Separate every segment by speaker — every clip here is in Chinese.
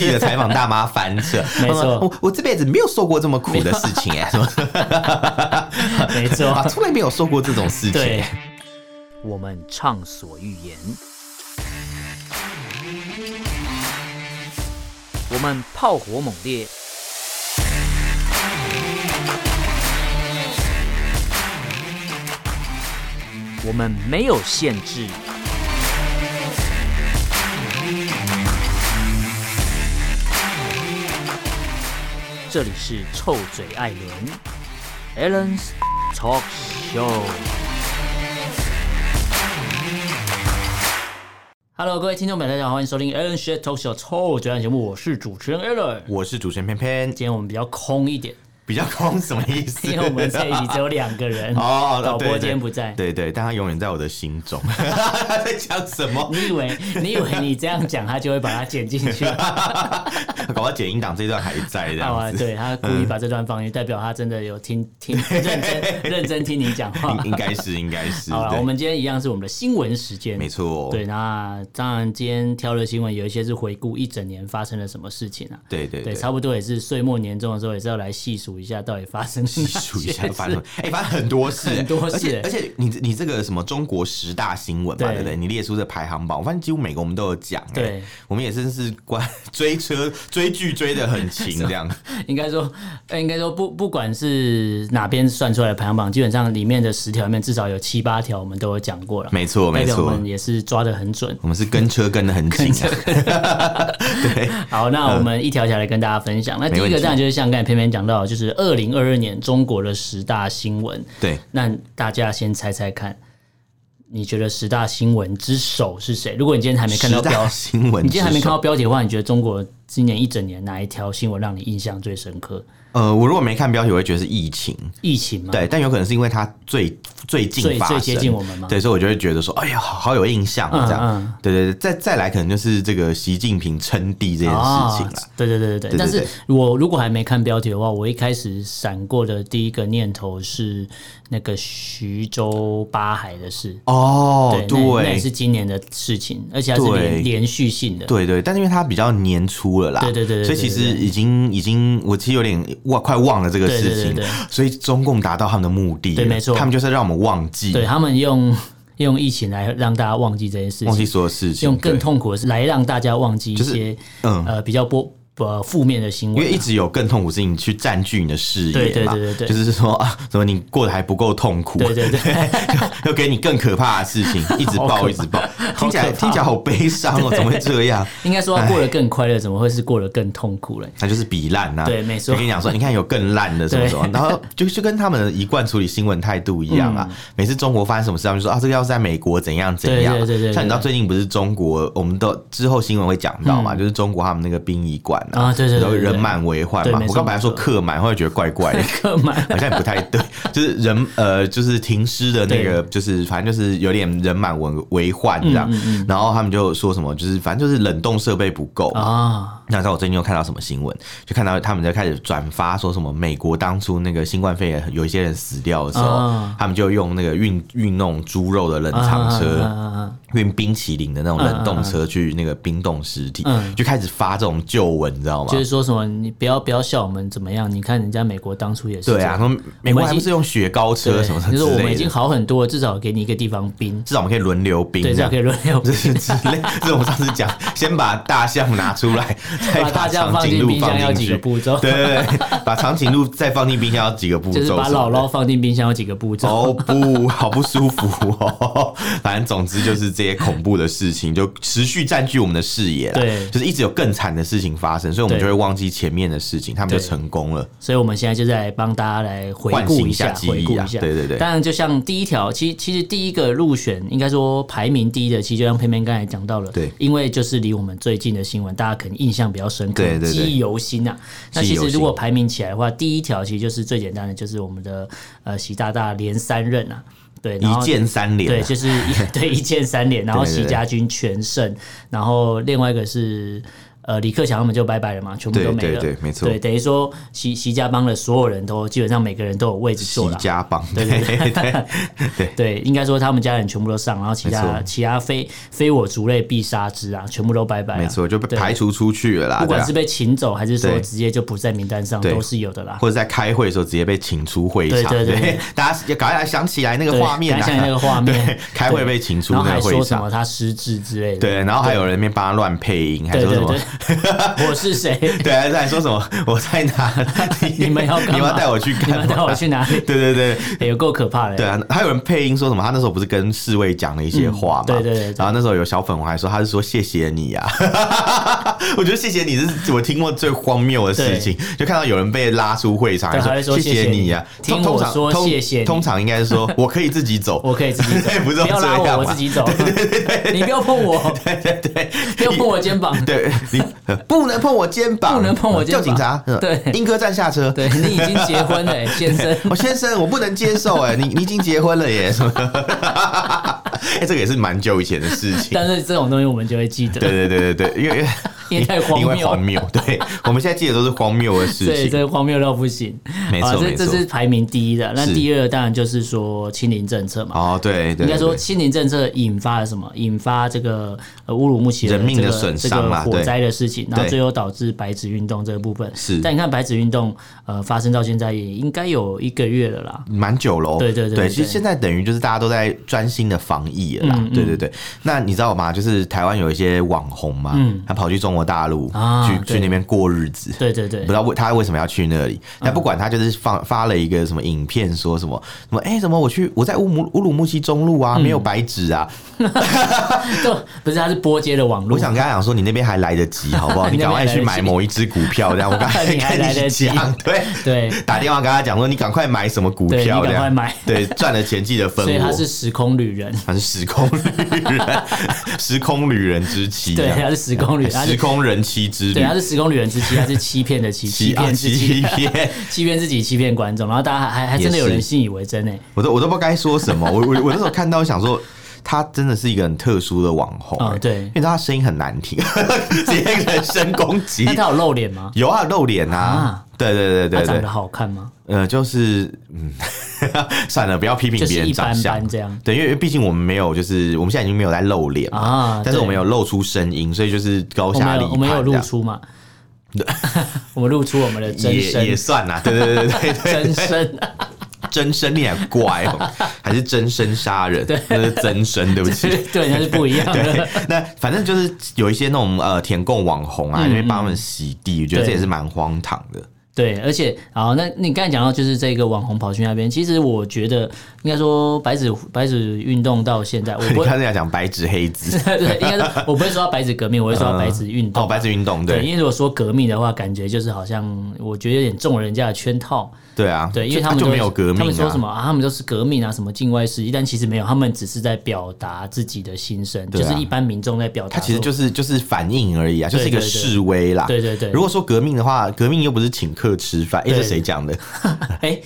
Speaker 1: 记者采访大妈翻车，
Speaker 2: 没错
Speaker 1: 我我这辈子没有受过这么苦的事情 哎、什么
Speaker 2: 没错
Speaker 1: 啊，从来没有受过这种事情
Speaker 2: 对。，我们畅所欲言，我们炮火猛烈，我们没有限制。这里是臭嘴艾伦 a l l e n s Talk Show。Hello，各位听众朋友，大家好，欢迎收听 Alan s h a t Talk Show 臭嘴艾伦节目，我是主持人 Alan。
Speaker 1: 我是主持人偏偏，
Speaker 2: 今天我们比较空一点，
Speaker 1: 比较空什么意思？，
Speaker 2: 因为我们这一集只有两个人
Speaker 1: 哦，
Speaker 2: 导播
Speaker 1: 对对
Speaker 2: 今天不在。
Speaker 1: 对对，但他永远在我的心 中。在讲什么？
Speaker 2: 你以为你以为你这样讲，他就会把它剪进 去？
Speaker 1: 搞到剪音档这段还在这
Speaker 2: 好啊，
Speaker 1: 样子，
Speaker 2: 对他故意把这段放进去，代表他真的有听听认真认真听你讲 话
Speaker 1: 应。应该是应该是。
Speaker 2: 好啊了，
Speaker 1: 对
Speaker 2: 我们今天一样是我们的新闻时间，
Speaker 1: 没错，
Speaker 2: 对，那当然今天挑的新闻有一些是回顾一整年发生了什么事情啊。
Speaker 1: 对对
Speaker 2: 对，差不多也是岁末年终的时候，也是要来细数一下到底发生了
Speaker 1: 细数 一下
Speaker 2: 哪些
Speaker 1: 发
Speaker 2: 事
Speaker 1: 生，哎、发生很多事、
Speaker 2: 很多事
Speaker 1: 而且而且你你这个什么中国十大新闻嘛，
Speaker 2: 对
Speaker 1: 对不对？你列出这排行榜，我发现几乎每个我们都有讲、哎
Speaker 2: 对，
Speaker 1: 我们也真是关 追车追剧追的很 勤，这样
Speaker 2: 应该说，呃应该说不不管是哪边算出来的排行榜，基本上里面的十条里面至少有七八条我们都有讲过了。
Speaker 1: 没错没
Speaker 2: 代表我
Speaker 1: 错
Speaker 2: 们，也是抓得很准。
Speaker 1: 我们是跟车跟的很紧、啊，对，
Speaker 2: 好，那我们一条一条来跟大家分享。那第一
Speaker 1: 没问
Speaker 2: 个
Speaker 1: 题
Speaker 2: 当然就是像刚才偏偏讲到的，就是二零二二年中国的十大新闻。
Speaker 1: 对，
Speaker 2: 那大家先猜猜看，你觉得十大新闻之首是谁？如果你今天 还没看到
Speaker 1: 十
Speaker 2: 标
Speaker 1: 大，新闻，
Speaker 2: 你今天还没看到。标题的话，你觉得中国今年一整年哪一条新闻让你印象最深刻？
Speaker 1: 呃，我如果没看标题，我会觉得是疫情，
Speaker 2: 疫情吗？
Speaker 1: 对，但有可能是因为它最最近
Speaker 2: 嗯最
Speaker 1: 发生，
Speaker 2: 最接近我们吗？
Speaker 1: 对，所以我就会觉得说，哎呀，好好有印象哦
Speaker 2: 嗯
Speaker 1: 这样。
Speaker 2: 嗯
Speaker 1: 对对对，再再来可能就是这个习近平称帝这件事情了。
Speaker 2: 啊对对对对对，
Speaker 1: 对
Speaker 2: 但是
Speaker 1: 对
Speaker 2: 我如果还没看标题的话，我一开始闪过的第一个念头是那个徐州八海的事。
Speaker 1: 哦，
Speaker 2: 对，那那也
Speaker 1: 对
Speaker 2: 是今年的事情，而且它是
Speaker 1: 对
Speaker 2: 连连续性的。
Speaker 1: 对对，但是因为它比较年初了啦，
Speaker 2: 对对对对
Speaker 1: 所以其
Speaker 2: 对
Speaker 1: 实
Speaker 2: 对
Speaker 1: 已经已经，我其实有点忘快忘了这个
Speaker 2: 对对
Speaker 1: 事情，
Speaker 2: 对对
Speaker 1: 所以中共达到他们的目的了，
Speaker 2: 对没错
Speaker 1: 他们就是要让我们忘记，
Speaker 2: 对他们用用疫情来让大家忘记这件事
Speaker 1: 忘记
Speaker 2: 情，
Speaker 1: 所有事情，
Speaker 2: 用更
Speaker 1: 对
Speaker 2: 痛苦的事来让大家忘记一
Speaker 1: 就是
Speaker 2: 些
Speaker 1: 嗯。
Speaker 2: 呃比较波呃负面的新
Speaker 1: 因为
Speaker 2: 闻
Speaker 1: 一
Speaker 2: 啊。
Speaker 1: 直有更痛苦的事情去占据你的视野嘛，
Speaker 2: 对对对对对
Speaker 1: 就是说啊，什么你过得还不够痛苦，
Speaker 2: 对对对，
Speaker 1: 要给你更可怕的事 情，一直
Speaker 2: 好可
Speaker 1: 报
Speaker 2: 怕
Speaker 1: 一直报，听起来
Speaker 2: 好可怕
Speaker 1: 听起来好悲伤哦，怎么会这样？
Speaker 2: 应该说他过得更快乐，怎么会是过得更痛苦嘞？
Speaker 1: 那就是比烂呐、啊，
Speaker 2: 对没错
Speaker 1: 就跟你讲说，你看有更烂的什么什么，然后就就跟他们的一贯处理新闻态度一样啊。
Speaker 2: 嗯
Speaker 1: 每次中国发生什么事，他们就说啊，这个要是在美国怎样怎样啊、
Speaker 2: 对对对对对
Speaker 1: 像你知道最近不是中国，我们都之后新闻会讲到嘛，就是中国他们那个殡仪馆
Speaker 2: 嗯啊对对对
Speaker 1: 然后
Speaker 2: 对对
Speaker 1: 人满为患
Speaker 2: 对
Speaker 1: 嘛
Speaker 2: 没。
Speaker 1: 我
Speaker 2: 错
Speaker 1: 刚本来说
Speaker 2: 没错
Speaker 1: 客满，后来觉得怪怪的。
Speaker 2: 客满
Speaker 1: 好像也不太对，就是人呃，就是停尸的那个，就是反正就是有点人满为为患这
Speaker 2: 嗯
Speaker 1: 样，然后他们就说什么，就是反正就是冷冻设备不够嘛
Speaker 2: 啊，
Speaker 1: 那你知道我最近又看到什么新闻？就看到他们在开始转发说什么美国当初那个新冠肺炎有一些人死掉的时候，
Speaker 2: 啊
Speaker 1: 他们就用那个运运那种猪肉的冷藏车，
Speaker 2: 啊啊啊啊啊
Speaker 1: 运冰淇淋的那种冷冻车去那个冰冻尸体，
Speaker 2: 嗯
Speaker 1: 就开始发这种旧闻，你知道吗？
Speaker 2: 就是说什么你不要不要笑我们怎么样？你看人家美国当初也是
Speaker 1: 对啊，
Speaker 2: 这样
Speaker 1: 说美国还不是用雪糕车什么什么
Speaker 2: 对就是
Speaker 1: 之
Speaker 2: 我们
Speaker 1: 类
Speaker 2: 已经
Speaker 1: 的，
Speaker 2: 好很多，至少给你一个地方冰，
Speaker 1: 至少我们可以轮流冰
Speaker 2: 对，
Speaker 1: 这
Speaker 2: 这
Speaker 1: 样
Speaker 2: 样可。以轮流
Speaker 1: 这是之类，这是我们上次讲，先把大象拿出来，再
Speaker 2: 把大家
Speaker 1: 长
Speaker 2: 放
Speaker 1: 颈
Speaker 2: 进
Speaker 1: 鹿
Speaker 2: 冰箱要
Speaker 1: 放
Speaker 2: 几
Speaker 1: 进
Speaker 2: 个
Speaker 1: 去，
Speaker 2: 步 骤，
Speaker 1: 对对对，把长颈鹿再放进冰箱要几个步骤？
Speaker 2: 就是把姥姥放进冰箱有几个步骤。
Speaker 1: 哦不， 好不舒服哦。 反正总之就是这些恐怖的事情就持续占据我们的视野啦
Speaker 2: 对
Speaker 1: 就是一直有更惨的事情发生，所以我们
Speaker 2: 对
Speaker 1: 就会忘记前面的事情，他们就
Speaker 2: 对
Speaker 1: 成功了。
Speaker 2: 所以我们现在就在帮大家来回
Speaker 1: 唤
Speaker 2: 顾
Speaker 1: 醒
Speaker 2: 一
Speaker 1: 一下记忆啊
Speaker 2: 回顾一下。
Speaker 1: 对对对
Speaker 2: 当然，就像第一条，其实其实第一个入选，应该说排名第一的，其实就像偏偏刚才讲到了，
Speaker 1: 对
Speaker 2: 因为就是离我们最近的新闻，大家可能印象比较深刻，
Speaker 1: 对对对
Speaker 2: 记忆犹新啊。那
Speaker 1: 记忆
Speaker 2: 其
Speaker 1: 犹
Speaker 2: 实
Speaker 1: 新
Speaker 2: 如果排名起来的话，第一条其实就是最简单的，就是我们的呃习大大连三任啊，对，然后
Speaker 1: 一键三连
Speaker 2: 对，
Speaker 1: 啊，
Speaker 2: 就是一对一键三连，然后
Speaker 1: 对对
Speaker 2: 习
Speaker 1: 对
Speaker 2: 家军全胜，然后另外一个是呃李克强他们就拜拜了嘛，全部都没
Speaker 1: 对
Speaker 2: 了，
Speaker 1: 对对没错
Speaker 2: 对，等于说席席家帮的所有人都基本上每个人都有位置坐
Speaker 1: 齐
Speaker 2: 了。
Speaker 1: 家帮，
Speaker 2: 对对对
Speaker 1: 对
Speaker 2: 对，应该说他们家人全部都上，然后其
Speaker 1: 没
Speaker 2: 他
Speaker 1: 错
Speaker 2: 其他非非我族类必杀之啊，全部都拜拜、啊。
Speaker 1: 没错，就被
Speaker 2: 对
Speaker 1: 排除出去了啦。
Speaker 2: 不
Speaker 1: 对
Speaker 2: 管
Speaker 1: 啊
Speaker 2: 是被请走还是说
Speaker 1: 对
Speaker 2: 直接就不在名单上，
Speaker 1: 对
Speaker 2: 都是有的啦。
Speaker 1: 或者在开会的时候直接被请出会场，
Speaker 2: 对对对对，
Speaker 1: 大家要赶快来想起来那个
Speaker 2: 对
Speaker 1: 画面
Speaker 2: 赶
Speaker 1: 啊，
Speaker 2: 快想起那个画面
Speaker 1: 对，开会被请出
Speaker 2: 然后
Speaker 1: 那
Speaker 2: 还
Speaker 1: 个会
Speaker 2: 说什
Speaker 1: 场，
Speaker 2: 么他失智之类的，
Speaker 1: 对，然后还有人在那边帮他乱配音，还
Speaker 2: 对
Speaker 1: 说什
Speaker 2: 对
Speaker 1: 么。
Speaker 2: 对， 我是谁？
Speaker 1: 对，还在说什么？我在哪里？
Speaker 2: 你们要干嘛
Speaker 1: 你们要带我去
Speaker 2: 你
Speaker 1: 干嘛？
Speaker 2: 们带我 去哪里？
Speaker 1: 对对对
Speaker 2: 欸有够可怕的。
Speaker 1: 对啊！还有人配音说什么？他那时候不是跟侍卫讲了一些话嘛？
Speaker 2: 嗯对对对对
Speaker 1: 然后那时候有小粉红还说，他是说谢谢你呀、啊。 我觉得谢谢你是我听过最荒谬的事情，就看到有人被拉出会场，
Speaker 2: 对还
Speaker 1: 还
Speaker 2: 会说
Speaker 1: 谢
Speaker 2: 谢谢
Speaker 1: 你呀、啊。
Speaker 2: 你听
Speaker 1: 通
Speaker 2: 我
Speaker 1: 常
Speaker 2: 说
Speaker 1: 通
Speaker 2: 谢谢你
Speaker 1: 通常应该是 说我可以自己走，
Speaker 2: 我可以自己走
Speaker 1: 对， 不是
Speaker 2: 要拉
Speaker 1: 这样
Speaker 2: 我，我
Speaker 1: 嘛
Speaker 2: 自己走。你不要 碰我，
Speaker 1: 对对对，
Speaker 2: 不要碰我肩膀。
Speaker 1: 对你 呃不能碰我肩膀，
Speaker 2: 不能碰我肩膀
Speaker 1: 叫警察。呃
Speaker 2: 对
Speaker 1: 英哥站下车。
Speaker 2: 对你已经结婚 了、欸，先生。
Speaker 1: 我哦先生，我不能接受哎，你你已经结婚了耶！ 什么哎、这个也是蛮久以前的事 情。
Speaker 2: 但是这种东西我们就会记得，
Speaker 1: 对对对对对，因为
Speaker 2: 因为太荒
Speaker 1: 因
Speaker 2: 谬
Speaker 1: 为荒谬，对，我们现在记得都是荒谬的事
Speaker 2: 对，
Speaker 1: 情。
Speaker 2: 这荒谬到不行。
Speaker 1: 没
Speaker 2: 啊
Speaker 1: 错
Speaker 2: 这
Speaker 1: 没
Speaker 2: 这
Speaker 1: 错
Speaker 2: 是排名第一的。那
Speaker 1: 是
Speaker 2: 第二当然就是说清零政策嘛。
Speaker 1: 哦，对对，
Speaker 2: 应该说，
Speaker 1: 对
Speaker 2: 清零政策引发了什么？引发这个呃乌鲁木齐
Speaker 1: 人命
Speaker 2: 这
Speaker 1: 的
Speaker 2: 个
Speaker 1: 损
Speaker 2: 这
Speaker 1: 伤
Speaker 2: 个
Speaker 1: 嘛
Speaker 2: 火
Speaker 1: 对
Speaker 2: 灾的事情，然后
Speaker 1: 对
Speaker 2: 最后导致白纸运动这个部分。
Speaker 1: 是
Speaker 2: 但你看白纸运动，呃，发生到现在也应该有一个月了啦。
Speaker 1: 蛮久了哦、
Speaker 2: 对对对对嗯
Speaker 1: 其实
Speaker 2: 对
Speaker 1: 现在等于就是大家都在专心的防疫了啦，对对对。那你知道吗？就是台湾有一些网红嘛，他跑去中国大陆、
Speaker 2: 嗯啊
Speaker 1: 去
Speaker 2: 对
Speaker 1: 去那边过日子，
Speaker 2: 对对对
Speaker 1: 不知，道为他为什么要去那里。
Speaker 2: 嗯
Speaker 1: 但不管他就是放发了一个什么影片，说什么什么哎、什么我去我在乌姆乌鲁木齐中路
Speaker 2: 嗯
Speaker 1: 啊，没有白纸啊。
Speaker 2: 就 不是它是波接的网络
Speaker 1: 我，想跟他讲说，你那边还来得及，好不 好？
Speaker 2: 你
Speaker 1: 你
Speaker 2: 那边
Speaker 1: 赶快去
Speaker 2: 还来
Speaker 1: 买
Speaker 2: 得及
Speaker 1: 某一只股票，这样我刚才
Speaker 2: 你还来
Speaker 1: 跟
Speaker 2: 得
Speaker 1: 你
Speaker 2: 及
Speaker 1: 讲，对。
Speaker 2: 对
Speaker 1: 打电话跟他讲说，你赶快买什么股
Speaker 2: 对，你
Speaker 1: 票，这
Speaker 2: 赶快
Speaker 1: 样
Speaker 2: 买。
Speaker 1: 对，赚了钱记得分
Speaker 2: 所以他
Speaker 1: 我。
Speaker 2: 是时空旅 人，
Speaker 1: 他是时空旅人， 时空旅人之妻、
Speaker 2: 对，
Speaker 1: 啊，
Speaker 2: 他是时空旅人，他
Speaker 1: 时
Speaker 2: 是
Speaker 1: 空人妻之
Speaker 2: 对，
Speaker 1: 旅
Speaker 2: 他，是时空旅人之妻，他是欺骗的 欺，欺
Speaker 1: 啊
Speaker 2: 骗自
Speaker 1: 欺，
Speaker 2: 己
Speaker 1: 骗，
Speaker 2: 欺骗自己，欺骗观众，然后大家还还还真的有人信以为真呢。
Speaker 1: 我都我都不知道该说什么。我我我那时候看到想说，他真的是一个很特殊的网红、欸
Speaker 2: 哦对
Speaker 1: 因为他声音很难听，直接人身攻击
Speaker 2: 那。他有露脸吗？
Speaker 1: 有啊，露脸啊，
Speaker 2: 啊
Speaker 1: 对对对
Speaker 2: 他
Speaker 1: 对
Speaker 2: 长
Speaker 1: 对
Speaker 2: 得，好看吗？
Speaker 1: 呃，就是嗯， 算了，不要批评别人长
Speaker 2: 就是一
Speaker 1: 相，
Speaker 2: 般般这样
Speaker 1: 对，因为毕竟我们没有，就是我们现在已经没有在露脸嘛，
Speaker 2: 啊
Speaker 1: 嗯但是我
Speaker 2: 对
Speaker 1: 们有露出声音，所以就是高
Speaker 2: 我
Speaker 1: 下
Speaker 2: 们
Speaker 1: 立
Speaker 2: 有
Speaker 1: 判
Speaker 2: 我们有
Speaker 1: 这
Speaker 2: 露
Speaker 1: 样
Speaker 2: 出嘛？ 我们露出我们的真
Speaker 1: 也也
Speaker 2: 身，
Speaker 1: 算啦，对对对对对，
Speaker 2: 真身，
Speaker 1: 真身你很怪哦，还是真身杀人，那 是真身，对不起。
Speaker 2: 对，那是不一样的
Speaker 1: 对。， 那反正就是有一些那种呃舔共网红
Speaker 2: 嗯
Speaker 1: 啊，因为帮他们洗地，我觉得
Speaker 2: 对
Speaker 1: 这也是蛮荒唐的。
Speaker 2: 对，而且好，那你刚才讲到就是这个网红跑去那边，其实我觉得应该说白纸白纸运动到现在，我
Speaker 1: 你
Speaker 2: 不会，
Speaker 1: 看人家讲白纸黑 字，
Speaker 2: 对，应该说我不会说到白纸革命，我会说到白纸运动。
Speaker 1: 哦，白纸运动，
Speaker 2: 对，
Speaker 1: 对
Speaker 2: 因为如果说革命的话，感觉就是好像我觉得有点中了人家的圈套。
Speaker 1: 对啊，
Speaker 2: 对，因为
Speaker 1: 就
Speaker 2: 他们
Speaker 1: 就
Speaker 2: 都
Speaker 1: 没有革命，
Speaker 2: 他们说什？么啊？他们都是革命啊，什么境外势力，但其实没有，他们只是在表达自己的心声，
Speaker 1: 对
Speaker 2: 就
Speaker 1: 啊
Speaker 2: 是一般民众在表达
Speaker 1: 他
Speaker 2: 说。
Speaker 1: 其实就是就是反应而已啊，就是一个
Speaker 2: 对对对
Speaker 1: 示威啦。
Speaker 2: 对对对
Speaker 1: 如果说革命的话，革命又不是请客吃饭，哎，
Speaker 2: 对
Speaker 1: 这谁讲的？
Speaker 2: 哎，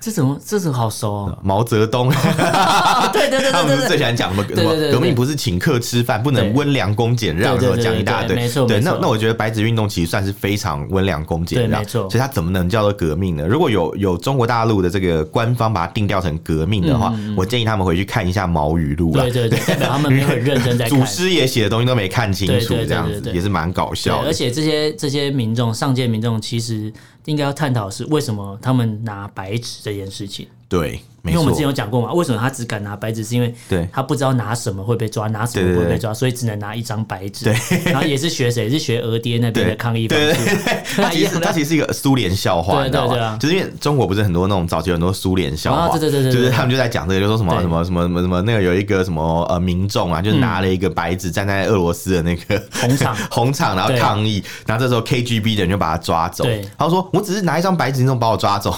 Speaker 2: 这怎么这怎么好熟哦？
Speaker 1: 毛泽东。
Speaker 2: 啊对对对
Speaker 1: 他
Speaker 2: 对
Speaker 1: 们不是
Speaker 2: 对对。
Speaker 1: 最喜欢讲什么
Speaker 2: 对
Speaker 1: 什
Speaker 2: 对对
Speaker 1: 么革命不是请客吃饭，不能温良恭俭让，什
Speaker 2: 对对
Speaker 1: 么
Speaker 2: 对
Speaker 1: 讲一大堆。
Speaker 2: 对对没错
Speaker 1: 对，
Speaker 2: 没
Speaker 1: 那
Speaker 2: 错
Speaker 1: 那我觉得白纸运动其实算是非常温良恭俭
Speaker 2: 对
Speaker 1: 让，
Speaker 2: 没错
Speaker 1: 所以它怎么能叫做革命呢？如果有有中国大陆的这个官方把它定调成革命的话，我建议他们回去看一下《毛语录》啦
Speaker 2: 嗯对。对对，代表他们没有很认真在看
Speaker 1: 祖。师爷写的东西都没看清楚，
Speaker 2: 对对对
Speaker 1: 这样
Speaker 2: 对
Speaker 1: 子
Speaker 2: 对对
Speaker 1: 也是蛮搞
Speaker 2: 对，
Speaker 1: 笑
Speaker 2: 而
Speaker 1: 的。
Speaker 2: 且这些这些民众，上届民众其实应该要探讨是为什么他们拿白纸这件事情，
Speaker 1: 对，没
Speaker 2: 因为我们之前
Speaker 1: 错。
Speaker 2: 有讲过嘛，为什么他只敢拿白纸，是因为
Speaker 1: 对
Speaker 2: 他不知道拿什么会被抓，拿什
Speaker 1: 对
Speaker 2: 么
Speaker 1: 对
Speaker 2: 不会被
Speaker 1: 对
Speaker 2: 抓，所以只能拿一张白纸。然后也是学谁？也是学俄爹那边的
Speaker 1: 对，
Speaker 2: 抗议方
Speaker 1: 对对
Speaker 2: 式
Speaker 1: 对
Speaker 2: 嘛。
Speaker 1: 对， 它其
Speaker 2: 一样
Speaker 1: 实
Speaker 2: 的
Speaker 1: 它其实是一个苏联笑话，
Speaker 2: 对
Speaker 1: 你知道
Speaker 2: 对对啊
Speaker 1: 吗？就是因为中国不是很多那种早期有很多苏联笑
Speaker 2: 啊
Speaker 1: 话，
Speaker 2: 对对对对对
Speaker 1: 就是他们就在讲这个，就说什么
Speaker 2: 对嗯
Speaker 1: 什么什么什么什么那个有一个什么呃民众啊，就是拿了一个白纸站在俄罗斯的那个
Speaker 2: 红场
Speaker 1: 红场，然后
Speaker 2: 对
Speaker 1: 抗议，然后这时候 KGB 的人就把他抓走
Speaker 2: 对，嗯
Speaker 1: 他说我只是拿一张白纸，你怎么把我抓走？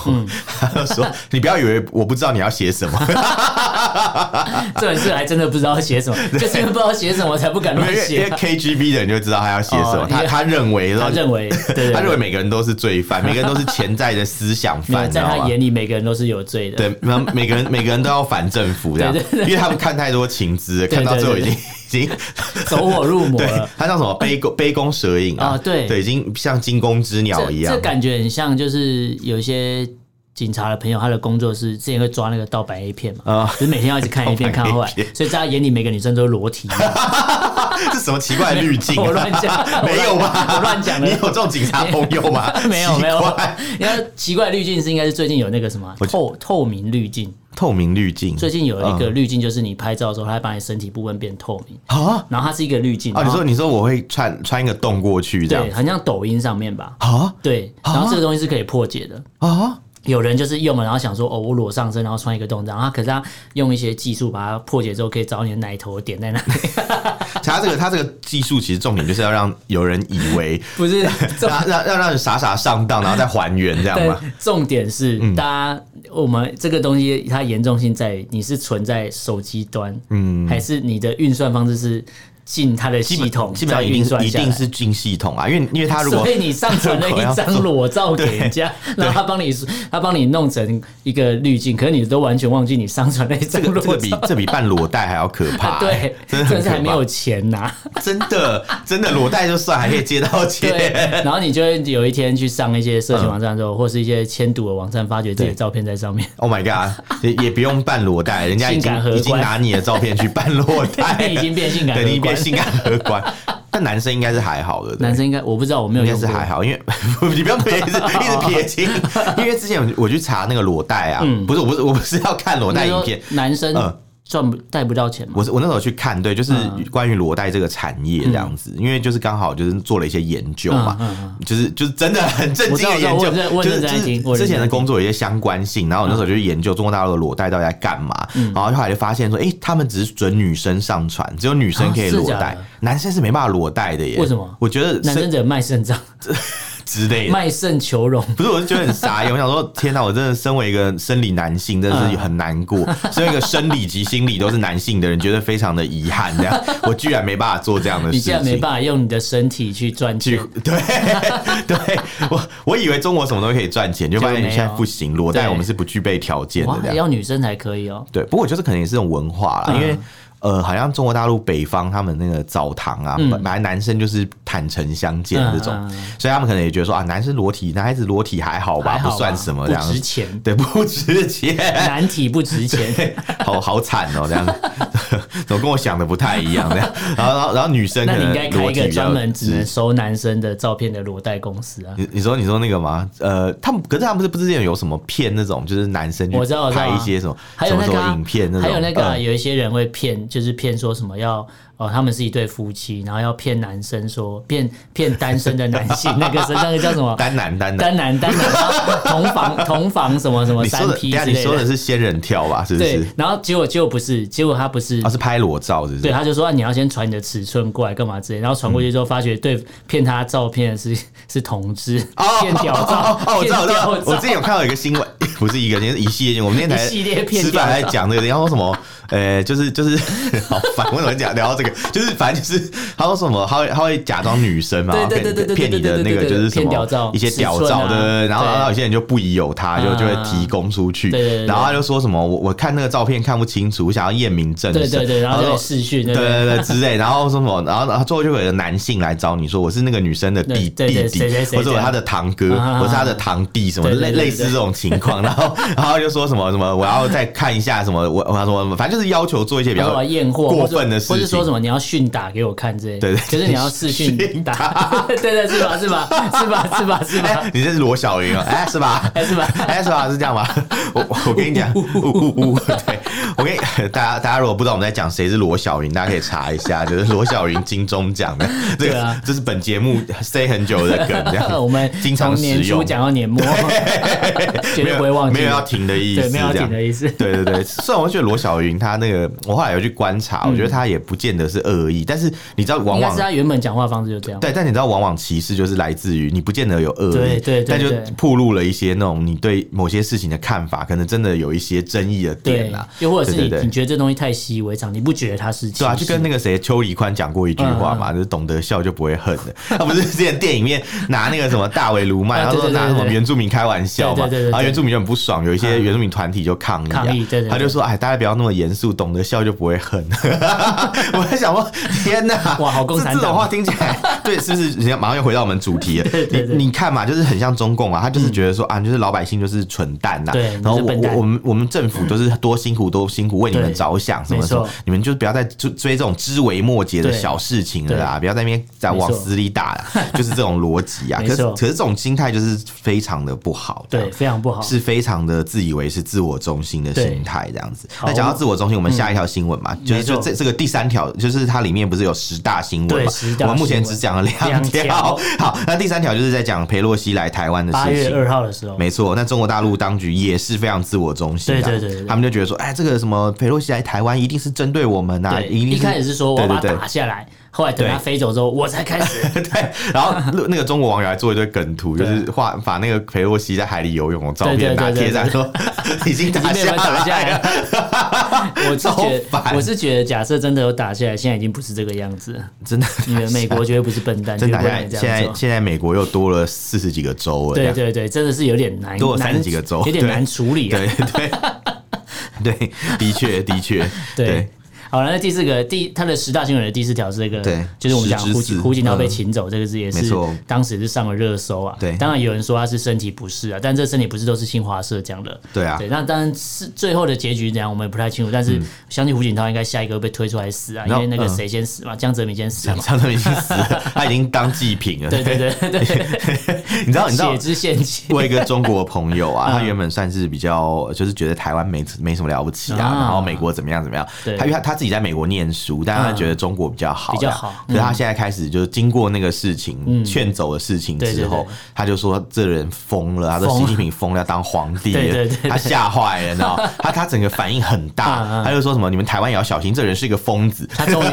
Speaker 1: 他就说你不要以为为我不知道你要写 什么，
Speaker 2: 这件事还真的不知道写什么，就是因为不知道写什么才不敢
Speaker 1: 因
Speaker 2: 乱
Speaker 1: 为因
Speaker 2: 写
Speaker 1: 为
Speaker 2: 啊。
Speaker 1: KGB 的人就知道他要写什么，
Speaker 2: 哦
Speaker 1: 他他认为，然
Speaker 2: 他
Speaker 1: 后
Speaker 2: 认为，对 对
Speaker 1: 他认为
Speaker 2: 对，
Speaker 1: 每个人都是罪犯，每个人都是潜在的思想
Speaker 2: 没有
Speaker 1: 犯，
Speaker 2: 在
Speaker 1: 你知道
Speaker 2: 他
Speaker 1: 吗
Speaker 2: 眼里每个人都是有罪的。
Speaker 1: 对，然后每个 人每个人都要反政府这样
Speaker 2: 对，
Speaker 1: 因为他们看太多情资了，
Speaker 2: 对
Speaker 1: 看到最后已
Speaker 2: 对
Speaker 1: 经
Speaker 2: 对
Speaker 1: 已经
Speaker 2: 走火入魔
Speaker 1: 对
Speaker 2: 了。，
Speaker 1: 他叫什么杯 弓杯弓蛇影啊，
Speaker 2: 啊对
Speaker 1: 对，已经像惊弓之鸟
Speaker 2: 这
Speaker 1: 一样
Speaker 2: 这，感觉很像，就是有一些警察的朋友，他的工作是之前会抓那个盗版 A 片嘛，
Speaker 1: 啊
Speaker 2: 就是每天要一直看 A 片，
Speaker 1: 盗版
Speaker 2: 看
Speaker 1: A
Speaker 2: 到后来，所以在他眼里每个女生都是裸体。
Speaker 1: 这什么奇怪的滤镜啊？，
Speaker 2: 我乱讲
Speaker 1: 没有吧？
Speaker 2: 我乱讲
Speaker 1: 你
Speaker 2: 的？
Speaker 1: 有。这种警察朋友吗
Speaker 2: 没有
Speaker 1: 奇
Speaker 2: 没有
Speaker 1: 怪，
Speaker 2: 你看奇怪的滤镜是应该是最近有那个什么啊
Speaker 1: 我
Speaker 2: 透透明滤镜，
Speaker 1: 透明滤镜嗯
Speaker 2: 最近有一个滤镜就是你拍照的时候，它会把你身体部分变透明，
Speaker 1: 啊
Speaker 2: 然后它是一个滤镜。
Speaker 1: 啊！
Speaker 2: 然
Speaker 1: 你
Speaker 2: 后
Speaker 1: 说你说我会穿穿一个洞过去这样
Speaker 2: 对，很像抖音上面吧？
Speaker 1: 啊
Speaker 2: 对，然后这个东西是可以破解的。
Speaker 1: 啊
Speaker 2: 有人就是用了，然后想说哦，我裸上身，然后穿一个洞，然后他可是他用一些技术把它破解之后，可以找你的奶头点在那 里，
Speaker 1: 其实他这个他这个技术其实重点就是要让有人以为，
Speaker 2: 不是 重
Speaker 1: 让让让让人傻傻上当，然后再还原这样
Speaker 2: 对
Speaker 1: 吗？嗯
Speaker 2: 重点是，大家我们这个东西它严重性在于你是存在手机端，嗯，还是你的运算方式是进它的
Speaker 1: 基本
Speaker 2: 系统
Speaker 1: 基本上
Speaker 2: 再
Speaker 1: 一
Speaker 2: 运算
Speaker 1: 定
Speaker 2: 下
Speaker 1: 一
Speaker 2: 来
Speaker 1: 定。是进系统啊，因为因为他如果
Speaker 2: 所以你上传了
Speaker 1: 如果要
Speaker 2: 一张裸照给 人家，然后他帮你他帮你弄成一个滤镜，可是你都完全忘记你上传了一
Speaker 1: 这
Speaker 2: 张
Speaker 1: 个
Speaker 2: 裸
Speaker 1: 这个比
Speaker 2: 照。
Speaker 1: 这比办裸贷还要可怕、
Speaker 2: 啊， 对，
Speaker 1: 真的
Speaker 2: 真
Speaker 1: 很
Speaker 2: 的是
Speaker 1: 可
Speaker 2: 还没
Speaker 1: 怕
Speaker 2: 有 钱拿、
Speaker 1: 真的真的裸贷就算，还可以借到
Speaker 2: 对，
Speaker 1: 钱。
Speaker 2: 然后你就会有一天去上一些色情网站的时候，或是一些签赌的网站，发觉自己的照片在上面，
Speaker 1: Oh my god，也也不用办裸贷，人家已
Speaker 2: 性感荷
Speaker 1: 经
Speaker 2: 官
Speaker 1: 已经拿你的照片去办裸贷，
Speaker 2: 你已经变性感
Speaker 1: 对，你已经
Speaker 2: 荷官
Speaker 1: 变。性感荷官。 但男生应该是还好的，对
Speaker 2: 男生应该我不知道，我没有
Speaker 1: 应该
Speaker 2: 用
Speaker 1: 是
Speaker 2: 过。
Speaker 1: 还好，因为 你不要撇一直一直撇 清，因为之前我我去查那个裸贷啊，不是我不是我不是要看裸贷影片，
Speaker 2: 嗯应该说男生
Speaker 1: 嗯
Speaker 2: 赚不带不到钱嘛？
Speaker 1: 我是我那时候去看，对，就是
Speaker 2: 嗯
Speaker 1: 关于裸贷这个产业这样子，因为就是刚好就是做了一些研究嘛，
Speaker 2: 嗯嗯
Speaker 1: 就是就是真的很震惊的研
Speaker 2: 我
Speaker 1: 究，
Speaker 2: 知道我
Speaker 1: 就
Speaker 2: 知
Speaker 1: 是
Speaker 2: 道我认真
Speaker 1: 就
Speaker 2: 在听
Speaker 1: 是
Speaker 2: 我认真在听嗯
Speaker 1: 之前的工作有一些相关性，然后我那时候就去研究中国大陆的裸贷到底在干嘛，然后后来就发现说，哎，他们只是准女生上传，只有女生可以
Speaker 2: 啊是
Speaker 1: 裸
Speaker 2: 假的
Speaker 1: 贷，男生是没办法裸贷的耶。
Speaker 2: 为什么
Speaker 1: 我觉得
Speaker 2: 男
Speaker 1: 是
Speaker 2: 生只能卖肾脏，
Speaker 1: 之类的。
Speaker 2: 卖肾求荣。
Speaker 1: 不是，我就觉得很傻眼。我想说，天哪！我真的身为一个生理男性，真的是很难 过。身为一个生理及心理都是男性的人，觉得非常的遗憾。这 样，我居然没办法做这样的
Speaker 2: 你
Speaker 1: 事
Speaker 2: 竟然没
Speaker 1: 情。
Speaker 2: 办法用你的身体去赚
Speaker 1: 去
Speaker 2: 钱，
Speaker 1: 对对，我我以为中国什么都可以赚钱，就发现
Speaker 2: 就没
Speaker 1: 现在
Speaker 2: 有
Speaker 1: 不行，裸贷
Speaker 2: 对
Speaker 1: 我们是不具备条件的
Speaker 2: 哇，
Speaker 1: 这样。
Speaker 2: 要女生才可以哦。
Speaker 1: 对，不过我觉得可能也是种文化啦，
Speaker 2: 嗯
Speaker 1: 因为。呃，好像中国大陆北方他们那个澡堂啊，本来男生就是坦诚相见这种，
Speaker 2: 嗯嗯嗯
Speaker 1: 所以他们可能也觉得说啊，男生裸体，男孩子裸体还好吧，
Speaker 2: 还好吧
Speaker 1: 不算什么
Speaker 2: 不
Speaker 1: 这样子，
Speaker 2: 值钱，
Speaker 1: 对，不值钱，
Speaker 2: 男体不值钱。
Speaker 1: 好好惨哦，这样，怎么跟我想的不太一样？这样，然后然后然后女生可
Speaker 2: 那你
Speaker 1: 能
Speaker 2: 应该开
Speaker 1: 裸
Speaker 2: 一
Speaker 1: 体
Speaker 2: 个
Speaker 1: 比较
Speaker 2: 专门只能
Speaker 1: 直。
Speaker 2: 收男生的照片的裸贷公司啊！
Speaker 1: 你你说你说那个吗？呃，他们可是他们不是不是之前有什么骗那种，就是男生去
Speaker 2: 我知道我知道
Speaker 1: 拍
Speaker 2: 啊
Speaker 1: 一些什么
Speaker 2: 还
Speaker 1: 什
Speaker 2: 有
Speaker 1: 么
Speaker 2: 那
Speaker 1: 什
Speaker 2: 个啊、
Speaker 1: 么影片那种，
Speaker 2: 还有那个啊、
Speaker 1: 嗯
Speaker 2: 有一些人会骗，就是骗说什么要哦，他们是一对夫妻，然后要骗男生说骗骗单身的男 性，那个是那个叫什么？
Speaker 1: 单男 单男。
Speaker 2: 单男单男，然后同房同房什么什么
Speaker 1: 你说
Speaker 2: 三
Speaker 1: 的，等
Speaker 2: P
Speaker 1: 一下
Speaker 2: 之
Speaker 1: 你
Speaker 2: 类
Speaker 1: 说的
Speaker 2: 的。
Speaker 1: 是仙人跳吧？是不
Speaker 2: 对
Speaker 1: 是？，
Speaker 2: 然后结果结果不是，结果他不是
Speaker 1: 哦，，是拍裸照，是不
Speaker 2: 对，
Speaker 1: 是？
Speaker 2: 他就说、啊你要先传你的尺寸过来干嘛之类，然后传过去之后发觉对骗他照片的是 是同志，骗屌照
Speaker 1: 哦，哦，我知道，我知道
Speaker 2: 骗屌，照
Speaker 1: 我之前有看到一个新闻， 不是一个，是一系列，我们那天才
Speaker 2: 一系列骗
Speaker 1: 吃
Speaker 2: 掉
Speaker 1: 饭还在讲这个，然后什么，呃，就是就是 好烦，为什么讲聊到这个？ 就是反正就是他说什么，他会他会假装女生嘛，
Speaker 2: 对对对对对
Speaker 1: 骗你的
Speaker 2: 对对
Speaker 1: 那
Speaker 2: 对
Speaker 1: 个
Speaker 2: 对
Speaker 1: 就是什
Speaker 2: 骗屌
Speaker 1: 么
Speaker 2: 照
Speaker 1: 一些屌
Speaker 2: 尺寸
Speaker 1: 照，
Speaker 2: 啊
Speaker 1: 对对对，然后
Speaker 2: 对
Speaker 1: 然后有些人就不疑有他，就
Speaker 2: 嗯
Speaker 1: 就会提供出去
Speaker 2: 对对对，对
Speaker 1: 然后他就说什么，我我看那个照片看不清楚，我想要验明正身，
Speaker 2: 对对对，然后
Speaker 1: 他
Speaker 2: 就
Speaker 1: 说
Speaker 2: 视讯，对
Speaker 1: 对
Speaker 2: 不对
Speaker 1: 对对，之类，然后说什么，然后然后最后就有一个男性来找你说我是那个女生的弟
Speaker 2: 对
Speaker 1: 弟
Speaker 2: 对对
Speaker 1: 弟
Speaker 2: 谁谁，谁
Speaker 1: 或者我
Speaker 2: 这样
Speaker 1: 他的堂哥，
Speaker 2: 啊啊啊
Speaker 1: 我是他的堂弟，什么
Speaker 2: 对
Speaker 1: 类
Speaker 2: 对对对
Speaker 1: 类似这种情况， 然后然后就说什么什么我要再看一下什么我我要什么，反正就是要求做一些比
Speaker 2: 然后我
Speaker 1: 较
Speaker 2: 要验货
Speaker 1: 过分的事
Speaker 2: 或
Speaker 1: 情，
Speaker 2: 是说什么你要训打给我看之类，
Speaker 1: 对对
Speaker 2: 就是你要视讯
Speaker 1: 训
Speaker 2: 打， 对对是吧是吧是吧是吧是吧
Speaker 1: 哎，你这是罗小云啊？哎，是 吧？
Speaker 2: 哎是吧
Speaker 1: 哎，是吧？是这样吧？我我我跟你讲，呜呜呜，对，我跟你 大家大家如果不知道我们在讲谁是罗小云，大家可以查一下，就是罗小云金钟奖的这
Speaker 2: 对
Speaker 1: 个
Speaker 2: 啊，
Speaker 1: 这是本节目 say 很久的梗，这样
Speaker 2: 我们
Speaker 1: 经常
Speaker 2: 从
Speaker 1: 使
Speaker 2: 年初
Speaker 1: 用。
Speaker 2: 讲到年末，绝对不会忘记
Speaker 1: 没有要停的意思，
Speaker 2: 对，没有要停的意思。
Speaker 1: 对对 对，虽然我觉得罗小云她那个，我后来有去观察，我觉得她也不见得是恶意，但是你知道往
Speaker 2: 嗯应该
Speaker 1: 往
Speaker 2: 是他原本讲话方式就这样。
Speaker 1: 对，但你知道往往歧视就是来自于你不见得有恶意，
Speaker 2: 对对对
Speaker 1: 但就
Speaker 2: 对
Speaker 1: 暴露了一些那种你对某些事情的看法，可能真的有一些争议的点啊
Speaker 2: 对
Speaker 1: 啦。，
Speaker 2: 又或者是
Speaker 1: 对
Speaker 2: 你
Speaker 1: 对对
Speaker 2: 你觉得这东西太习以为常，你不觉得它是歧视？
Speaker 1: 对啊，就跟那个谁邱礼宽讲过一句话
Speaker 2: 嗯
Speaker 1: 嘛，就是懂得笑就不会恨的。 他不是之前电影里面拿那个什么大为卢麦，
Speaker 2: 啊
Speaker 1: 然后
Speaker 2: 对
Speaker 1: 说
Speaker 2: 对
Speaker 1: 拿
Speaker 2: 对
Speaker 1: 什么
Speaker 2: 对对
Speaker 1: 原住民开玩笑嘛，
Speaker 2: 对对对对
Speaker 1: 然后
Speaker 2: 对嗯
Speaker 1: 原住民就很不爽，有一些原住民团体就抗议啊
Speaker 2: 抗议对对对
Speaker 1: 他就说哎，大家不要那么严肃，懂得笑就不会恨。 我在想说，天哪，
Speaker 2: 哇好共产党啊
Speaker 1: 这这种话听起 来，对，是不是？人家马上又回到我们主题了。
Speaker 2: 对对嗯
Speaker 1: 你你看嘛，就是很像中共啊，他就是觉得说啊，就是老百姓就是蠢蛋呐，
Speaker 2: 对
Speaker 1: 然后
Speaker 2: 你是
Speaker 1: 我
Speaker 2: 笨蛋
Speaker 1: 我我们我们政府都是多辛苦多辛苦为你们
Speaker 2: 对
Speaker 1: 着想什么
Speaker 2: 没
Speaker 1: 什么
Speaker 2: 错。
Speaker 1: 你们就不要再追追这种枝微末节的
Speaker 2: 对
Speaker 1: 小事情了啦，不要在那边再往
Speaker 2: 没错
Speaker 1: 死里打了，就是这种逻辑 啊。
Speaker 2: 没
Speaker 1: 可是
Speaker 2: 错
Speaker 1: 可是这种心态就是非常的不好，这样
Speaker 2: 对，非常不好。
Speaker 1: 是非常的自以为是自我中心的心态这样子。那讲到自我中心，我们下一条新闻嘛，就是
Speaker 2: 嗯没错
Speaker 1: 就这这个第三条，就是它里面不是有十大新闻嘛
Speaker 2: 对十？大
Speaker 1: 我们目前
Speaker 2: 新
Speaker 1: 只
Speaker 2: 闻
Speaker 1: 讲了两
Speaker 2: 两
Speaker 1: 条
Speaker 2: 条。
Speaker 1: 好，那第三条就是在讲佩洛西来台湾的
Speaker 2: 八
Speaker 1: 事
Speaker 2: 月
Speaker 1: 情。
Speaker 2: 二号的时候，
Speaker 1: 没错，那中国大陆当局也是非常自我中心的，啊
Speaker 2: 对对对对
Speaker 1: 他们就觉得说，哎，这个什么佩洛西来台湾一定是针对我们呐、
Speaker 2: 对，
Speaker 1: 啊一定
Speaker 2: 一
Speaker 1: 是
Speaker 2: 开始是说我
Speaker 1: 对
Speaker 2: 要
Speaker 1: 对
Speaker 2: 把
Speaker 1: 对
Speaker 2: 它打下来，后来等它
Speaker 1: 对
Speaker 2: 飞走之后，我才开 始。
Speaker 1: 对，然 后那个中国网友还做一堆梗图，就是画把那个裴洛西在海里游泳的照片
Speaker 2: 啊对对对
Speaker 1: 拿
Speaker 2: 对
Speaker 1: 贴上，说已经打
Speaker 2: 已经被
Speaker 1: 下
Speaker 2: 我们打下
Speaker 1: 来
Speaker 2: 来
Speaker 1: 了
Speaker 2: 了。 我是觉
Speaker 1: 啊超烦
Speaker 2: 得，我是觉得，假设真的有打下来，现在已经不是这个样子了。
Speaker 1: 真 的，
Speaker 2: 你们美国绝对不是笨蛋，
Speaker 1: 啊真
Speaker 2: 绝
Speaker 1: 打
Speaker 2: 对
Speaker 1: 下
Speaker 2: 不
Speaker 1: 来。
Speaker 2: 能
Speaker 1: 现
Speaker 2: 这
Speaker 1: 在
Speaker 2: 样做。
Speaker 1: 现在美国又多了四十几个州了，这
Speaker 2: 对
Speaker 1: 样
Speaker 2: 对对，真的是有点难，
Speaker 1: 多了
Speaker 2: 难
Speaker 1: 三十几个州
Speaker 2: 有点
Speaker 1: 对
Speaker 2: 难处理啊。
Speaker 1: 对 对对，的确的确，
Speaker 2: 对。好了，那第四个第他的十大新闻的第四条是这个，
Speaker 1: 对
Speaker 2: 就是我们讲
Speaker 1: 十之
Speaker 2: 胡
Speaker 1: 四
Speaker 2: 锦胡锦涛被
Speaker 1: 嗯
Speaker 2: 请走，这个是也
Speaker 1: 没
Speaker 2: 是
Speaker 1: 错
Speaker 2: 当时是上了热搜啊。
Speaker 1: 对
Speaker 2: 当然有人说他是身体不适啊，但这身体不适都是新华社讲的。
Speaker 1: 对啊
Speaker 2: 对，那当然是最后的结局怎样，我们也不太清楚，但是相信胡锦涛应该下一个会被推出来死啊，因
Speaker 1: 然后
Speaker 2: 为那个
Speaker 1: 嗯
Speaker 2: 谁先死嘛，江泽民先死嘛。
Speaker 1: 张德已经死了，他已经当祭品了。
Speaker 2: 对对对 对，
Speaker 1: 你知道你知道
Speaker 2: 血之献祭。
Speaker 1: 我有一个中国朋友啊，
Speaker 2: 嗯
Speaker 1: 他原本算是比较，就是觉得台湾没没什么了不起啊，
Speaker 2: 啊
Speaker 1: 然后美国怎么样怎么样，
Speaker 2: 对嗯
Speaker 1: 他因为他他自己在美国念书，但他觉得中国比较好啊，
Speaker 2: 比较好嗯
Speaker 1: 可是他现在开始就是经过那个事情劝走的事情
Speaker 2: 对对
Speaker 1: 之
Speaker 2: 对
Speaker 1: 后，他就说这人疯了，他说
Speaker 2: 疯
Speaker 1: 习近平疯了，要当皇帝了，
Speaker 2: 对对对对
Speaker 1: 他吓坏了，你知道吗，他他整个反应很大
Speaker 2: 嗯，嗯
Speaker 1: 他就说什么你们台湾也要小心，这人是一个疯子，
Speaker 2: 他终于，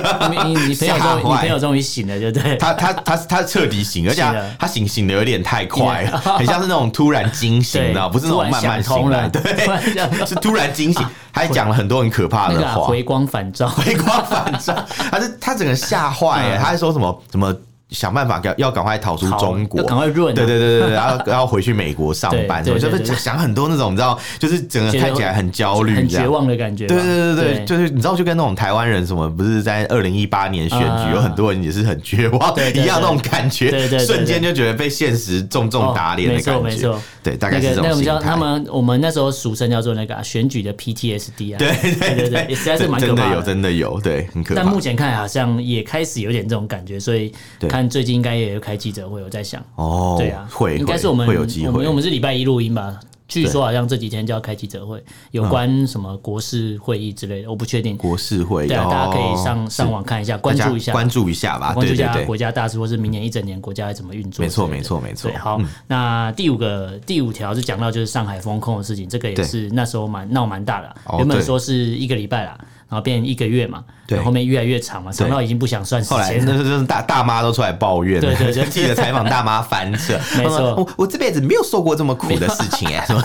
Speaker 2: 你你你朋友
Speaker 1: 吓
Speaker 2: 终于，你
Speaker 1: 坏
Speaker 2: 朋友终于醒了，对不对？
Speaker 1: 他他他他彻底醒，而且
Speaker 2: 醒了
Speaker 1: 他醒醒的有点太快了， 很像是那种突然惊醒，你
Speaker 2: 对
Speaker 1: 知道，不是那种慢慢醒
Speaker 2: 突
Speaker 1: 来，
Speaker 2: 然想通了突然 想
Speaker 1: 对，
Speaker 2: 通
Speaker 1: 是突然惊醒，还讲了很多很可怕
Speaker 2: 那
Speaker 1: 的
Speaker 2: 个啊
Speaker 1: 话，
Speaker 2: 回光返照，
Speaker 1: 回光返照，他是他整个吓坏了，
Speaker 2: 嗯
Speaker 1: 他还说什么什么。想办法要要赶快逃出
Speaker 2: 逃
Speaker 1: 中国，
Speaker 2: 要赶快润啊
Speaker 1: 对对对对 对，然后然后回去美国上班，什
Speaker 2: 对
Speaker 1: 么
Speaker 2: 对对
Speaker 1: 就是
Speaker 2: 对对
Speaker 1: 想很多那种，你知道，就是整个
Speaker 2: 觉得
Speaker 1: 看起来很焦虑，
Speaker 2: 很
Speaker 1: 这样
Speaker 2: 绝望的感觉吧。
Speaker 1: 对对对对，就是你知道，就跟那种台湾人什么，不是在二零一八年选
Speaker 2: 啊
Speaker 1: 举，有很多人也是很绝望，
Speaker 2: 嗯对对对
Speaker 1: 一样那种感觉，
Speaker 2: 对对对对
Speaker 1: 瞬间就觉得被现实重重打脸的
Speaker 2: 哦
Speaker 1: 感
Speaker 2: 没错
Speaker 1: 觉
Speaker 2: 没错。
Speaker 1: 对，大
Speaker 2: 那
Speaker 1: 概
Speaker 2: 个
Speaker 1: 是这
Speaker 2: 那
Speaker 1: 种
Speaker 2: 我们
Speaker 1: 心
Speaker 2: 叫他
Speaker 1: 态。
Speaker 2: 们，我们那时候俗称叫做那个啊、选举的 PTSD 啊。
Speaker 1: 对
Speaker 2: 对对对，实在是蛮可
Speaker 1: 真的
Speaker 2: 怕
Speaker 1: 有，真的有，对，很可
Speaker 2: 但
Speaker 1: 怕
Speaker 2: 目。前看来好像也开始有点这种感觉，所以
Speaker 1: 对
Speaker 2: 看最近应该也有开记者会，我在想，
Speaker 1: 哦，
Speaker 2: 对啊，
Speaker 1: 会
Speaker 2: 应该是我们
Speaker 1: 会有机
Speaker 2: 我们
Speaker 1: 会
Speaker 2: 我。们是礼拜一录音吧？据说好像这几天就要开记者会，有关什么国事会议之类的，我不确定。
Speaker 1: 国事嗯会，
Speaker 2: 对啊，
Speaker 1: 哦
Speaker 2: 大家可以上上网看一下，关
Speaker 1: 大家
Speaker 2: 注一下，
Speaker 1: 关注一下吧。
Speaker 2: 关
Speaker 1: 对
Speaker 2: 注一
Speaker 1: 对
Speaker 2: 下
Speaker 1: 对，
Speaker 2: 啊国家大事，或是明年一整年国家要怎么运作之类的。
Speaker 1: 没错没错没错嗯
Speaker 2: 对，好，那第五个第五条就讲到就是上海封控的事情，这个也
Speaker 1: 对
Speaker 2: 是那时候蛮闹蛮大的啊
Speaker 1: 哦。
Speaker 2: 原本
Speaker 1: 对
Speaker 2: 说是一个礼拜啦，然后变一个月嘛，
Speaker 1: 对
Speaker 2: 然后后面越来越长嘛，长到已经不想算时
Speaker 1: 后来
Speaker 2: 间
Speaker 1: 那
Speaker 2: 了。
Speaker 1: 是真的大大妈都出来抱怨了，
Speaker 2: 对对对
Speaker 1: 记者采访大妈翻车，
Speaker 2: 没错
Speaker 1: 她说我我这辈子没有受过这么苦的事情哎，什么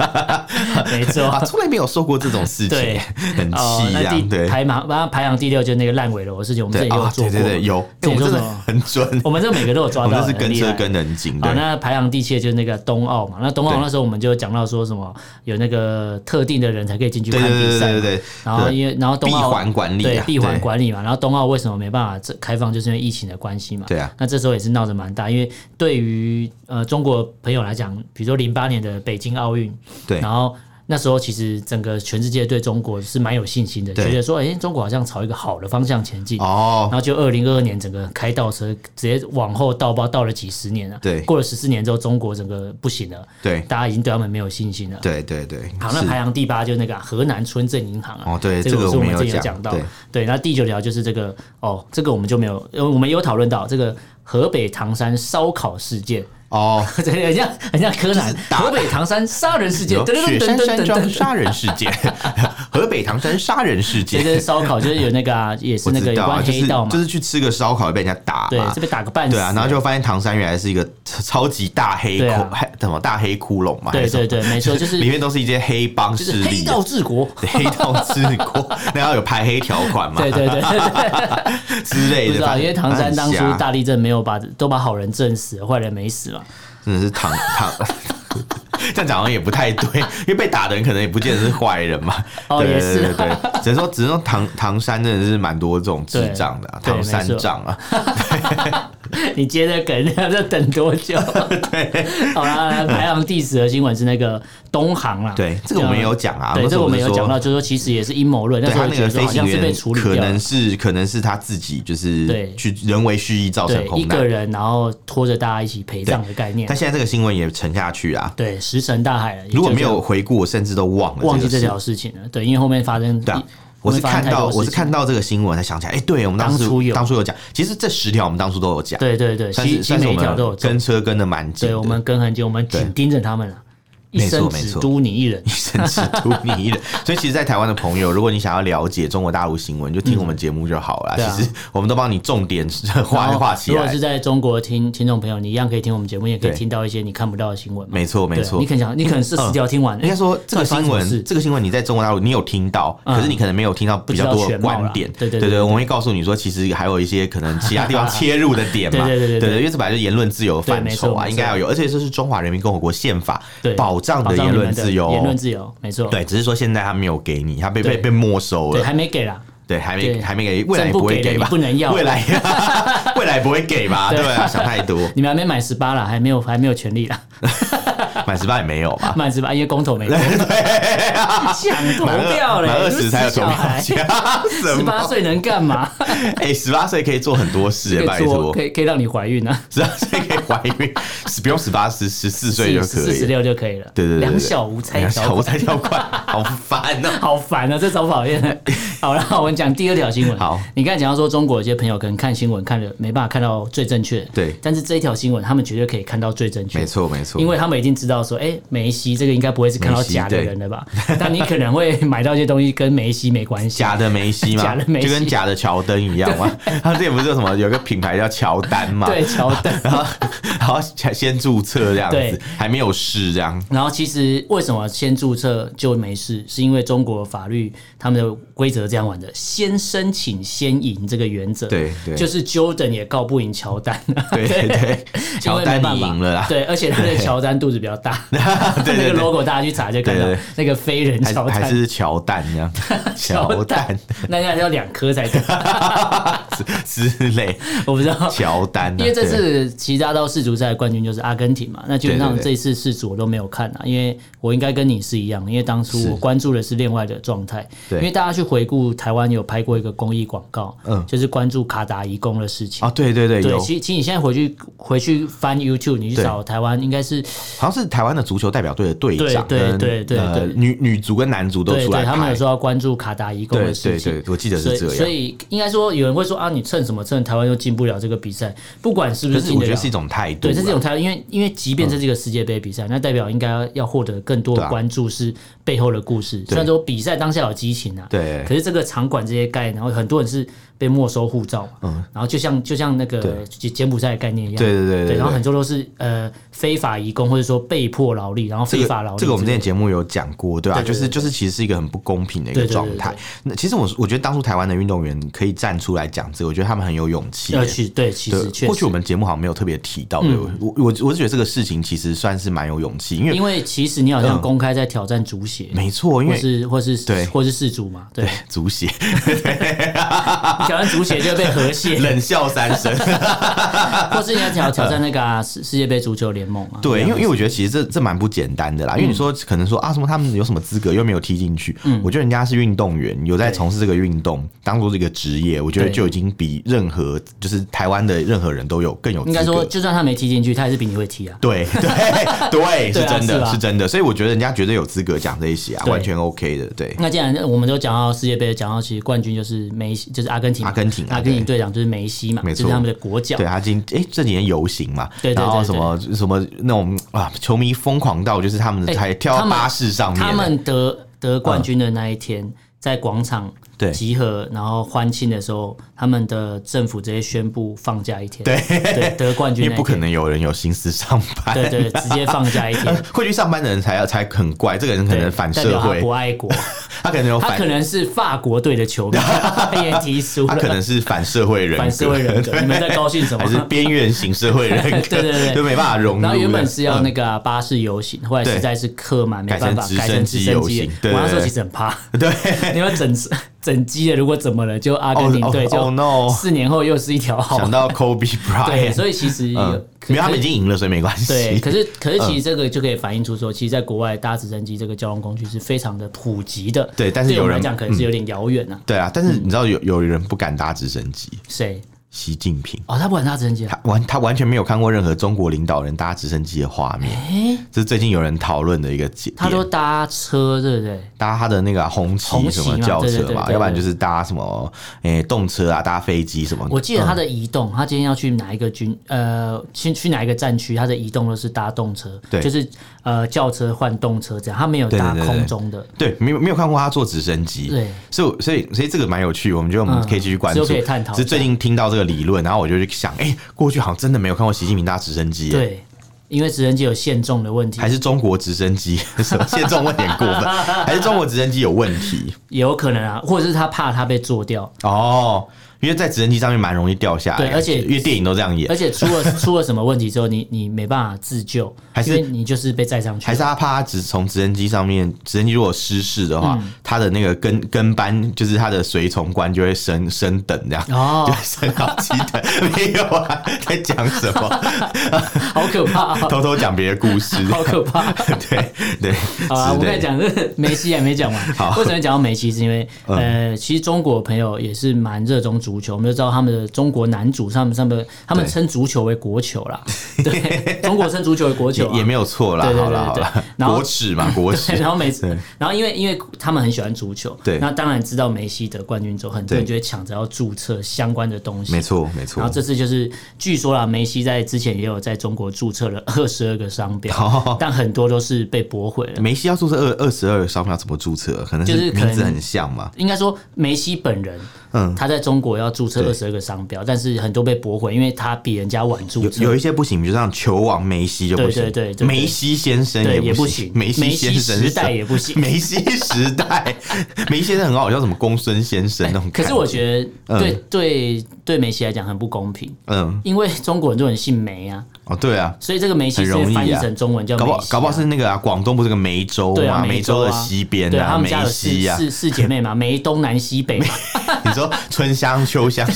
Speaker 2: 没错，
Speaker 1: 啊，从来没有受过这种事情
Speaker 2: 对，
Speaker 1: 很
Speaker 2: 哦，
Speaker 1: 气这
Speaker 2: 那
Speaker 1: 样，
Speaker 2: 第
Speaker 1: 对
Speaker 2: 排行把它排行第六就是那个烂尾楼的事情，我们
Speaker 1: 对
Speaker 2: 这里也有
Speaker 1: 啊，对
Speaker 2: 做过嘛，
Speaker 1: 对对，有，哎
Speaker 2: 这
Speaker 1: 我
Speaker 2: 里
Speaker 1: 们
Speaker 2: 做
Speaker 1: 真
Speaker 2: 什
Speaker 1: 的
Speaker 2: 么？
Speaker 1: 很准，
Speaker 2: 我们这每个都有 抓
Speaker 1: 我
Speaker 2: 到，
Speaker 1: 们这是
Speaker 2: 很
Speaker 1: 跟
Speaker 2: 厉
Speaker 1: 车
Speaker 2: 害
Speaker 1: 跟得很紧，
Speaker 2: 好，
Speaker 1: 对
Speaker 2: 那排行第七的就是那个冬奥嘛。那冬奥
Speaker 1: 对
Speaker 2: 那时候我们就讲到说什么有那个特定的人才可以进去
Speaker 1: 对
Speaker 2: 看
Speaker 1: 对
Speaker 2: 比
Speaker 1: 对
Speaker 2: 赛
Speaker 1: 对对
Speaker 2: 嘛，
Speaker 1: 对，
Speaker 2: 然后因为然后冬
Speaker 1: 闭
Speaker 2: 奥
Speaker 1: 环管理
Speaker 2: 对
Speaker 1: 啊，
Speaker 2: 闭环管理嘛，然后冬奥为什么没办法这开放，就是因为疫情的关系嘛。
Speaker 1: 对啊
Speaker 2: 那这时候也是闹得蛮大，因为对于呃中国朋友来讲，比如说零八年的北京奥运，
Speaker 1: 对
Speaker 2: 然后。那时候其实整个全世界对中国是蛮有信心的，
Speaker 1: 对
Speaker 2: 觉得说，哎、中国好像朝一个好的方向前进。然
Speaker 1: 哦，
Speaker 2: 后就二零二二年整个开倒车，直接往后倒包倒了几十年了。
Speaker 1: 对
Speaker 2: 过了十四年之后，中国整个不行了，
Speaker 1: 对
Speaker 2: 大家已经对他们没有信心了。
Speaker 1: 对对对，
Speaker 2: 好，那
Speaker 1: 是
Speaker 2: 排行第八就那个啊河南村镇银行啊，
Speaker 1: 哦对
Speaker 2: 这
Speaker 1: 这个
Speaker 2: 个是
Speaker 1: 我
Speaker 2: 我
Speaker 1: 们
Speaker 2: 们之
Speaker 1: 有
Speaker 2: 前有
Speaker 1: 讲
Speaker 2: 讲到
Speaker 1: 对，
Speaker 2: 对，那第九条就是这个哦，这个我们就没有，呃我们有讨论到这个河北唐山烧烤事件，
Speaker 1: 哦，
Speaker 2: 对，很像很像柯南，河北唐山杀人事件，
Speaker 1: 有
Speaker 2: 噔噔
Speaker 1: 雪
Speaker 2: 噔
Speaker 1: 山
Speaker 2: 噔
Speaker 1: 山
Speaker 2: 噔
Speaker 1: 庄
Speaker 2: 噔，
Speaker 1: 杀人事件， 河北唐山杀人事
Speaker 2: 这
Speaker 1: 件，
Speaker 2: 是烧烤，就是有那个啊，也 是
Speaker 1: 我
Speaker 2: 那个
Speaker 1: 知
Speaker 2: 有
Speaker 1: 道啊，
Speaker 2: 关
Speaker 1: 就是
Speaker 2: 黑道嘛
Speaker 1: 就，是去吃个烧烤被人家打
Speaker 2: 对
Speaker 1: 嘛，，
Speaker 2: 这被打个半死，
Speaker 1: 对啊，然后就发现唐山原来是一个超级大黑
Speaker 2: 对
Speaker 1: 窟
Speaker 2: 啊，
Speaker 1: 还什么大黑窟窿嘛，还
Speaker 2: 对
Speaker 1: 是什
Speaker 2: 对
Speaker 1: 么
Speaker 2: 对，没错，就是
Speaker 1: 里面都是一些黑帮
Speaker 2: 就
Speaker 1: 势
Speaker 2: 是黑
Speaker 1: 力的，
Speaker 2: 道 治国，
Speaker 1: 对黑道治 国，然后有排黑条款嘛，
Speaker 2: 对对对对对。
Speaker 1: 之类
Speaker 2: 不
Speaker 1: 的。
Speaker 2: 知道，因为唐山 当初
Speaker 1: 反正很瞎
Speaker 2: 大地震没有把都把好人震死了，坏人没死嘛。
Speaker 1: 真的是唐唐。 这样讲好像也不太对，因为被打的人可能也不见得是坏人嘛。
Speaker 2: 哦
Speaker 1: 对
Speaker 2: 也
Speaker 1: 对
Speaker 2: 是
Speaker 1: 对对，对只能说只能说唐唐山真的是蛮多这种智障的、啊，
Speaker 2: 对
Speaker 1: 唐山
Speaker 2: 没错
Speaker 1: 障啊，
Speaker 2: 你接着梗，要再等 多久？对，好啦，排行第十的新闻是那个东航啦。
Speaker 1: 对这个我们也有讲啊
Speaker 2: 对，
Speaker 1: 那时
Speaker 2: 这
Speaker 1: 候
Speaker 2: 个我们
Speaker 1: 我
Speaker 2: 有
Speaker 1: 就
Speaker 2: 讲
Speaker 1: 说
Speaker 2: 到，就是说其实也是阴谋论，那
Speaker 1: 对
Speaker 2: 时候
Speaker 1: 他那
Speaker 2: 觉
Speaker 1: 个
Speaker 2: 得说
Speaker 1: 飞
Speaker 2: 好
Speaker 1: 行
Speaker 2: 像是被
Speaker 1: 员
Speaker 2: 处理
Speaker 1: 可
Speaker 2: 掉
Speaker 1: 能
Speaker 2: 了。
Speaker 1: 是可能是他自己就是
Speaker 2: 对
Speaker 1: 去人为蓄意造成
Speaker 2: 对，一
Speaker 1: 空
Speaker 2: 个
Speaker 1: 难，
Speaker 2: 人然后拖着大家一起陪葬的概念
Speaker 1: 但。现在这个新闻也沉下去啊。
Speaker 2: 对，石沉大海了。
Speaker 1: 如果没
Speaker 2: 也就
Speaker 1: 有回顾，我甚至都忘了
Speaker 2: 忘记
Speaker 1: 这个
Speaker 2: 这
Speaker 1: 事
Speaker 2: 条事情了，对，因为后面发嗯生
Speaker 1: 对啊，我是看到我是看，到这个新闻才想起来，哎、对我们当时
Speaker 2: 当初有
Speaker 1: 当初有讲，其实这十条我们当初都有讲，
Speaker 2: 后面发生太多的事情了对对对，
Speaker 1: 算
Speaker 2: 其
Speaker 1: 是
Speaker 2: 其实
Speaker 1: 算是我
Speaker 2: 每一条都有
Speaker 1: 们
Speaker 2: 中
Speaker 1: 跟车跟的蛮紧
Speaker 2: 对
Speaker 1: 的，
Speaker 2: 我们跟很久，我们紧盯着他们了，一
Speaker 1: 没错
Speaker 2: 生
Speaker 1: 没
Speaker 2: 只
Speaker 1: 错
Speaker 2: 督你一人。
Speaker 1: 甚至独你一 人。所以其实，在台湾的朋友，如果你想要了解中国大陆新闻，就听我们节目就好了。
Speaker 2: 对啊
Speaker 1: 其实我们都帮你重点画
Speaker 2: 然后
Speaker 1: 画起
Speaker 2: 如果
Speaker 1: 来
Speaker 2: 是。在中国听听众朋友，你一样可以听我们节目，也可以
Speaker 1: 对
Speaker 2: 听到一些你看不到的新闻嘛。
Speaker 1: 没错，没
Speaker 2: 对
Speaker 1: 错嗯
Speaker 2: 你。可能想，你可能是十条听完，哎
Speaker 1: 应该说这个新
Speaker 2: 到底发生什么事嗯
Speaker 1: 闻，这个新闻你在中国大陆你有听到，可是你可能没有听到比较多的观点。
Speaker 2: 不知道全貌啦对
Speaker 1: 对
Speaker 2: 对对对
Speaker 1: 我们会告诉你说，其实还有一些可能其他地方切入的点 嘛。
Speaker 2: 对对对对对
Speaker 1: 对，因为这本来就是言论自由的范畴啊，
Speaker 2: 对没错没错
Speaker 1: 应该要有，而且这是中华人民共和国宪法
Speaker 2: 对
Speaker 1: 保障
Speaker 2: 保
Speaker 1: 的
Speaker 2: 障
Speaker 1: 言
Speaker 2: 你
Speaker 1: 论
Speaker 2: 们的
Speaker 1: 自由哦。
Speaker 2: 言论自由，没错，
Speaker 1: 对，只是说现在他没有给你，他被被
Speaker 2: 对
Speaker 1: 被没收
Speaker 2: 对，
Speaker 1: 了。
Speaker 2: 还没给啦，
Speaker 1: 对，还没
Speaker 2: 对
Speaker 1: 还没给，未来
Speaker 2: 政
Speaker 1: 也
Speaker 2: 府
Speaker 1: 不会
Speaker 2: 给了
Speaker 1: 给
Speaker 2: 你
Speaker 1: 吧？
Speaker 2: 不能要
Speaker 1: 未 来未来不会给吧？对啊，想太多，
Speaker 2: 你们还没满十八啦，还没有还没有权利 啦，
Speaker 1: 满十八也没有吧？
Speaker 2: 满十八因为公投没过，想投
Speaker 1: 满
Speaker 2: 票
Speaker 1: 二
Speaker 2: 嘞，
Speaker 1: 满二十才有投
Speaker 2: 小
Speaker 1: 票
Speaker 2: 孩，
Speaker 1: 权，啊什
Speaker 2: 十八
Speaker 1: 么？
Speaker 2: 岁能干嘛？
Speaker 1: 哎，十八岁可以做很多事哎
Speaker 2: 可，
Speaker 1: 拜
Speaker 2: 以做，
Speaker 1: 托
Speaker 2: 可，以可以让你怀孕啊，
Speaker 1: 十八岁可以怀孕，不用十八，十十四岁就可
Speaker 2: 四
Speaker 1: 以。
Speaker 2: 十六就可以了。
Speaker 1: 对对对对对
Speaker 2: 两小无猜
Speaker 1: 哎呀
Speaker 2: 条
Speaker 1: 小
Speaker 2: 款
Speaker 1: 吴才跳快，好烦 哦。
Speaker 2: 好烦啊，这超讨厌 的。好了，我们讲第二条新闻。
Speaker 1: 好，
Speaker 2: 你刚才讲到说中国有些朋友可能看新闻看的没办法看到最正确，
Speaker 1: 对
Speaker 2: 但是这一条新闻他们绝对可以看到最正确，
Speaker 1: 没错没错，
Speaker 2: 因为他们已经知道说，哎、梅西这个应该不会是看到假的人了吧？但你可能会买到一些东西跟梅西没关系，
Speaker 1: 假的梅西嘛，
Speaker 2: 假的梅西
Speaker 1: 就跟假的乔丹一样嘛。他之前不是有什么有个品牌叫乔丹嘛？
Speaker 2: 对，乔丹。
Speaker 1: 然后然后先注册这样子
Speaker 2: 对，啊
Speaker 1: 还没有试这样。
Speaker 2: 然后其实为什么先注册就没事，是因为中国法律他们的规则这样玩的，先申请先赢这个原则。
Speaker 1: 对对
Speaker 2: 就是 Jordan 也告不赢乔丹。啊
Speaker 1: 对对 对，乔丹你赢了啦，
Speaker 2: 对，而且 他的乔丹肚子比较大，
Speaker 1: 对
Speaker 2: 那
Speaker 1: 对
Speaker 2: 个
Speaker 1: 对，
Speaker 2: logo 大家去查就看
Speaker 1: 对对
Speaker 2: 到
Speaker 1: 对
Speaker 2: 那个飞人
Speaker 1: 还是
Speaker 2: 乔
Speaker 1: 还
Speaker 2: 丹，
Speaker 1: 是乔丹 这样，乔丹，
Speaker 2: 那要要两颗才对，
Speaker 1: 之之类，
Speaker 2: 我不 知道。
Speaker 1: 乔丹啊，
Speaker 2: 因为这
Speaker 1: 对
Speaker 2: 次其他到世足赛的冠军就是阿根廷嘛，那基本上
Speaker 1: 对对对
Speaker 2: 这次世足我都没有看啊，因为我应该跟你是一样，因为当初
Speaker 1: 是
Speaker 2: 我关注的是另外的状态。
Speaker 1: 对
Speaker 2: 因为大家去回顾台湾有拍过一个公益广告，
Speaker 1: 嗯
Speaker 2: 就是关注卡达移工的事情。
Speaker 1: 哦，对对对，
Speaker 2: 对，
Speaker 1: 有，
Speaker 2: 其实其实你现在回去回去翻 YouTube，你去
Speaker 1: 对
Speaker 2: 找台湾应该是
Speaker 1: 好像是台湾的足球代表队的队长
Speaker 2: 对
Speaker 1: 跟，
Speaker 2: 对对
Speaker 1: 呃
Speaker 2: 对
Speaker 1: 女女足跟男足都
Speaker 2: 对
Speaker 1: 出
Speaker 2: 对，
Speaker 1: 来
Speaker 2: 他们有
Speaker 1: 拍，
Speaker 2: 说要关注卡达移工
Speaker 1: 对
Speaker 2: 的事
Speaker 1: 对
Speaker 2: 情。
Speaker 1: 对，我记得
Speaker 2: 所
Speaker 1: 是
Speaker 2: 以，
Speaker 1: 这
Speaker 2: 所
Speaker 1: 样。
Speaker 2: 以应该说，有人会说啊，你蹭什么蹭？台湾又进不了这个比赛，不管是不
Speaker 1: 可
Speaker 2: 是
Speaker 1: 是
Speaker 2: 进
Speaker 1: 我
Speaker 2: 得
Speaker 1: 觉
Speaker 2: 了
Speaker 1: 得是一，种态度啊
Speaker 2: 对，
Speaker 1: 啦，
Speaker 2: 这是一种态度。因为因为即便这是一个世界杯比赛，那代表应该要获得更多
Speaker 1: 嗯对
Speaker 2: 的
Speaker 1: 啊
Speaker 2: 关注，是背后的故事。虽然说比赛当下有激情啊，
Speaker 1: 对
Speaker 2: 可是这个场馆这些概念，然后很多人是被没收护照嘛，然后就像就像那个柬柬埔寨的概念一样，
Speaker 1: 嗯对对对对对
Speaker 2: 然后很多都是呃非法移工或者说被迫劳力，然后
Speaker 1: 这
Speaker 2: 非法劳
Speaker 1: 个
Speaker 2: 力
Speaker 1: 这个我们之
Speaker 2: 之
Speaker 1: 前
Speaker 2: 类的
Speaker 1: 节目有讲过，对吧、啊
Speaker 2: 对对
Speaker 1: 就是
Speaker 2: 对
Speaker 1: 就是其实是一个很不公平的一
Speaker 2: 对
Speaker 1: 个
Speaker 2: 对对
Speaker 1: 状
Speaker 2: 对
Speaker 1: 态。那其实我我觉得当初台湾的运动员可以站出来讲这个，我觉得他们很有勇气耶。
Speaker 2: 要去对，呃其实
Speaker 1: 对，
Speaker 2: 确
Speaker 1: 过
Speaker 2: 实
Speaker 1: 去我。们节目好像没有特别提到，对不对我我我是觉得这个事情其实算是蛮有勇气，因为
Speaker 2: 因为其实你好像公开在挑战足协，
Speaker 1: 嗯没错，因
Speaker 2: 或
Speaker 1: 为
Speaker 2: 是或是
Speaker 1: 对
Speaker 2: 或是氏族嘛，对，
Speaker 1: 足协
Speaker 2: 挑战足协就被和谐，
Speaker 1: 冷笑三声，
Speaker 2: 或是你要挑挑战那个啊 世世界杯足球联盟嘛，啊
Speaker 1: 对，因为因为
Speaker 2: 为
Speaker 1: 我觉得其实这这蛮不简单的啦，因
Speaker 2: 嗯
Speaker 1: 为你说可能说啊什么他们有什么资格又没有踢进去，我觉得人家是运动员，有在从事这个运动，当做这个职业，我觉得
Speaker 2: 对
Speaker 1: 就已经比任何就是台湾的任何人都有更有
Speaker 2: 应
Speaker 1: 资
Speaker 2: 该说，
Speaker 1: 格。
Speaker 2: 就算他没踢进去，他还是比你会踢啊。
Speaker 1: 对对对，
Speaker 2: 对
Speaker 1: 是
Speaker 2: 啊
Speaker 1: 真
Speaker 2: 是
Speaker 1: 的，
Speaker 2: 吧
Speaker 1: 是真的，所以我觉得人家绝对有资格讲这一些啊，
Speaker 2: 对嗯
Speaker 1: 完全 OK 的，对。
Speaker 2: 那既然我们都讲到世界杯，讲到其实冠军就是梅西，就是阿根廷，
Speaker 1: 阿根廷啊
Speaker 2: 阿根廷
Speaker 1: 对
Speaker 2: 队长就是梅西嘛，
Speaker 1: 没
Speaker 2: 就
Speaker 1: 错
Speaker 2: 是他们的国脚
Speaker 1: 对。他今哎、这几年游行嘛，
Speaker 2: 对对对
Speaker 1: 然后什么什么那种啊，球迷疯狂到就是他们
Speaker 2: 哎
Speaker 1: 还跳
Speaker 2: 他
Speaker 1: 到
Speaker 2: 们
Speaker 1: 巴士上面，
Speaker 2: 他们得得冠军的那一天，在广场
Speaker 1: 嗯对
Speaker 2: 集合，然后欢庆的时候，他们的政府直接宣布放假一天。对得冠军
Speaker 1: 因
Speaker 2: 那
Speaker 1: 为
Speaker 2: 一天
Speaker 1: 不可。能有人有心思上班，
Speaker 2: 对对，直接放假一 天。
Speaker 1: 会去上班的人才要才很怪，这个人可
Speaker 2: 对
Speaker 1: 能反
Speaker 2: 代
Speaker 1: 社
Speaker 2: 表他
Speaker 1: 会
Speaker 2: 不，爱 国，
Speaker 1: 他可能有
Speaker 2: 他
Speaker 1: 反
Speaker 2: 可。能是法国队 的球迷，他也提出
Speaker 1: 他
Speaker 2: 了
Speaker 1: 可能是反社会人格，
Speaker 2: 反社会人 格。
Speaker 1: 对
Speaker 2: 你们在高兴什么
Speaker 1: 还？是边缘型社会人格，
Speaker 2: 对对对
Speaker 1: 就没办法融入了。
Speaker 2: 然后原本是要那
Speaker 1: 嗯
Speaker 2: 个啊、巴士游行，后来
Speaker 1: 对
Speaker 2: 实在是客满，没
Speaker 1: 改
Speaker 2: 办
Speaker 1: 成
Speaker 2: 法
Speaker 1: 直
Speaker 2: 改
Speaker 1: 升
Speaker 2: 成直
Speaker 1: 机
Speaker 2: 升
Speaker 1: 游
Speaker 2: 机
Speaker 1: 行。对
Speaker 2: 我那时候
Speaker 1: 对
Speaker 2: 其实 很怕，
Speaker 1: 对，
Speaker 2: 你们整整机的，如果怎么了，就阿根廷队
Speaker 1: Oh, oh, oh,
Speaker 2: 就
Speaker 1: no
Speaker 2: 四年后又是一条好
Speaker 1: 想
Speaker 2: 汉。
Speaker 1: 到 Kobe
Speaker 2: 对，
Speaker 1: Bryant，
Speaker 2: 所以其实有
Speaker 1: 嗯，
Speaker 2: 可
Speaker 1: 没有他
Speaker 2: 可
Speaker 1: 们已经嗯赢了，所以没关系。
Speaker 2: 对，可是可是其实这个就可以反映出说，其实在国外搭直升机这个交通工具是非常的普及的。
Speaker 1: 对但是
Speaker 2: 对我
Speaker 1: 有
Speaker 2: 们来
Speaker 1: 人
Speaker 2: 讲可能是有点遥远啊。
Speaker 1: 对啊，但是你知道有有人不敢搭直升机，
Speaker 2: 谁？
Speaker 1: 习近平。
Speaker 2: 哦，他不敢搭直升机啊。
Speaker 1: 他完，他完全没有看过任何中国领导人搭直升机的画面，
Speaker 2: 诶，
Speaker 1: 这是最近有人讨论的一个点。
Speaker 2: 他都搭车，对不对？
Speaker 1: 搭他的那个红旗
Speaker 2: 红
Speaker 1: 什
Speaker 2: 旗嘛
Speaker 1: 么轿
Speaker 2: 对对
Speaker 1: 车
Speaker 2: 对对
Speaker 1: 嘛，
Speaker 2: 对
Speaker 1: 要不然就是搭什么诶动车啊，搭飞机什么。嗯
Speaker 2: 我记得他的移动，他今天要去哪一个军呃，去去哪一个战区，他的移动都是搭动车，
Speaker 1: 对
Speaker 2: 就是呃轿车换动车这样，他没有
Speaker 1: 对对
Speaker 2: 搭
Speaker 1: 对对
Speaker 2: 空
Speaker 1: 对
Speaker 2: 中的，
Speaker 1: 对，没有没有看过他坐直升机，
Speaker 2: 对，
Speaker 1: 所以我所以所以这个蛮有趣，我们觉得我们
Speaker 2: 嗯
Speaker 1: 可以继续关
Speaker 2: 之
Speaker 1: 注，
Speaker 2: 后可以探讨一下
Speaker 1: 只是最近听到这个理论，然后我就去想，哎、过去好像真的没有看过习近平搭直升机，，
Speaker 2: 对，因为直升机有限重的问题
Speaker 1: 还，是中国直升机， 什么现在这种问点 过分，还是中国直升机有问题
Speaker 2: 也有可能啊，或者是他怕他被做掉，
Speaker 1: 哦，因为在直升机上面蛮容易掉下来的，
Speaker 2: 对而且
Speaker 1: 因为电影都这样演
Speaker 2: 而，且出了出了什么问题之后，你你没办法自救，
Speaker 1: 还是
Speaker 2: 因为你就是被载上去
Speaker 1: 还
Speaker 2: 了，
Speaker 1: 是他怕他只从直升机上面，直升机如果失事的
Speaker 2: 嗯
Speaker 1: 话，他的那个跟跟班就是他的随从官就会升升等这样，
Speaker 2: 哦
Speaker 1: 就会升到七等。没有啊，在讲什 么？
Speaker 2: 好可怕、 啊，
Speaker 1: 偷偷讲别的故事。
Speaker 2: 好可怕。啊
Speaker 1: 对对，
Speaker 2: 好啊，我
Speaker 1: 之
Speaker 2: 们
Speaker 1: 类
Speaker 2: 再
Speaker 1: 的。
Speaker 2: 讲这个梅西还没讲完。
Speaker 1: 好嗯
Speaker 2: 为什么讲到梅西？是因为、呃，其实中国朋友也是蛮热衷足球，我们就知道他们的中国男足，他们他们他们
Speaker 1: 对
Speaker 2: 称足球为国球啦，对，中国称足球为国球、啊
Speaker 1: 也也没有错啦，
Speaker 2: 对对对
Speaker 1: 好啦好
Speaker 2: 对
Speaker 1: 啦，
Speaker 2: 然后
Speaker 1: 国耻嘛，国耻
Speaker 2: 对， 然后每次
Speaker 1: 对，
Speaker 2: 然后因为因为他们很喜欢足球，
Speaker 1: 对
Speaker 2: 那当然知道梅西得冠军之后，很多人就会抢着要注册相关的东西，
Speaker 1: 没。错没
Speaker 2: 然
Speaker 1: 错
Speaker 2: 后。这次就是据说啦，梅西在之前也有在中国注册了二十二个商标，
Speaker 1: 哦
Speaker 2: 但很多都是被驳回了。
Speaker 1: 梅西要注册二二十二商标怎么注册？可能
Speaker 2: 就是
Speaker 1: 是
Speaker 2: 可能
Speaker 1: 名字很像嘛。
Speaker 2: 应该说梅西本人，嗯，他在中国要注册二
Speaker 1: 对
Speaker 2: 十二个商标，但是很多被驳回，因为他比人家晚注
Speaker 1: 有
Speaker 2: 册
Speaker 1: 有一。些不行，比如像球王梅西就不行，
Speaker 2: 对对对对对
Speaker 1: 梅西先生
Speaker 2: 对，也
Speaker 1: 不
Speaker 2: 行，
Speaker 1: 梅西先生
Speaker 2: 时代也不行。
Speaker 1: 梅西时代， 梅西先生很好笑，什么公孙先生那种
Speaker 2: 可
Speaker 1: 感觉。
Speaker 2: 是我觉得对、
Speaker 1: 嗯
Speaker 2: 对对梅西来讲很不公平，
Speaker 1: 嗯，
Speaker 2: 因为中国很多人姓梅啊，
Speaker 1: 哦，对啊，
Speaker 2: 所以这个梅西是
Speaker 1: 很容易啊
Speaker 2: 翻译成中文叫梅
Speaker 1: 搞
Speaker 2: 西
Speaker 1: 不
Speaker 2: 啊、
Speaker 1: 好搞不好是那个啊，广东不是个梅州
Speaker 2: 对啊，
Speaker 1: 嘛，梅
Speaker 2: 州
Speaker 1: 州
Speaker 2: 啊
Speaker 1: 的西边
Speaker 2: 对
Speaker 1: 啊，
Speaker 2: 他们
Speaker 1: 梅
Speaker 2: 家有四
Speaker 1: 西啊，
Speaker 2: 四四姐妹嘛，梅东南西北嘛，
Speaker 1: 你说春香秋 香，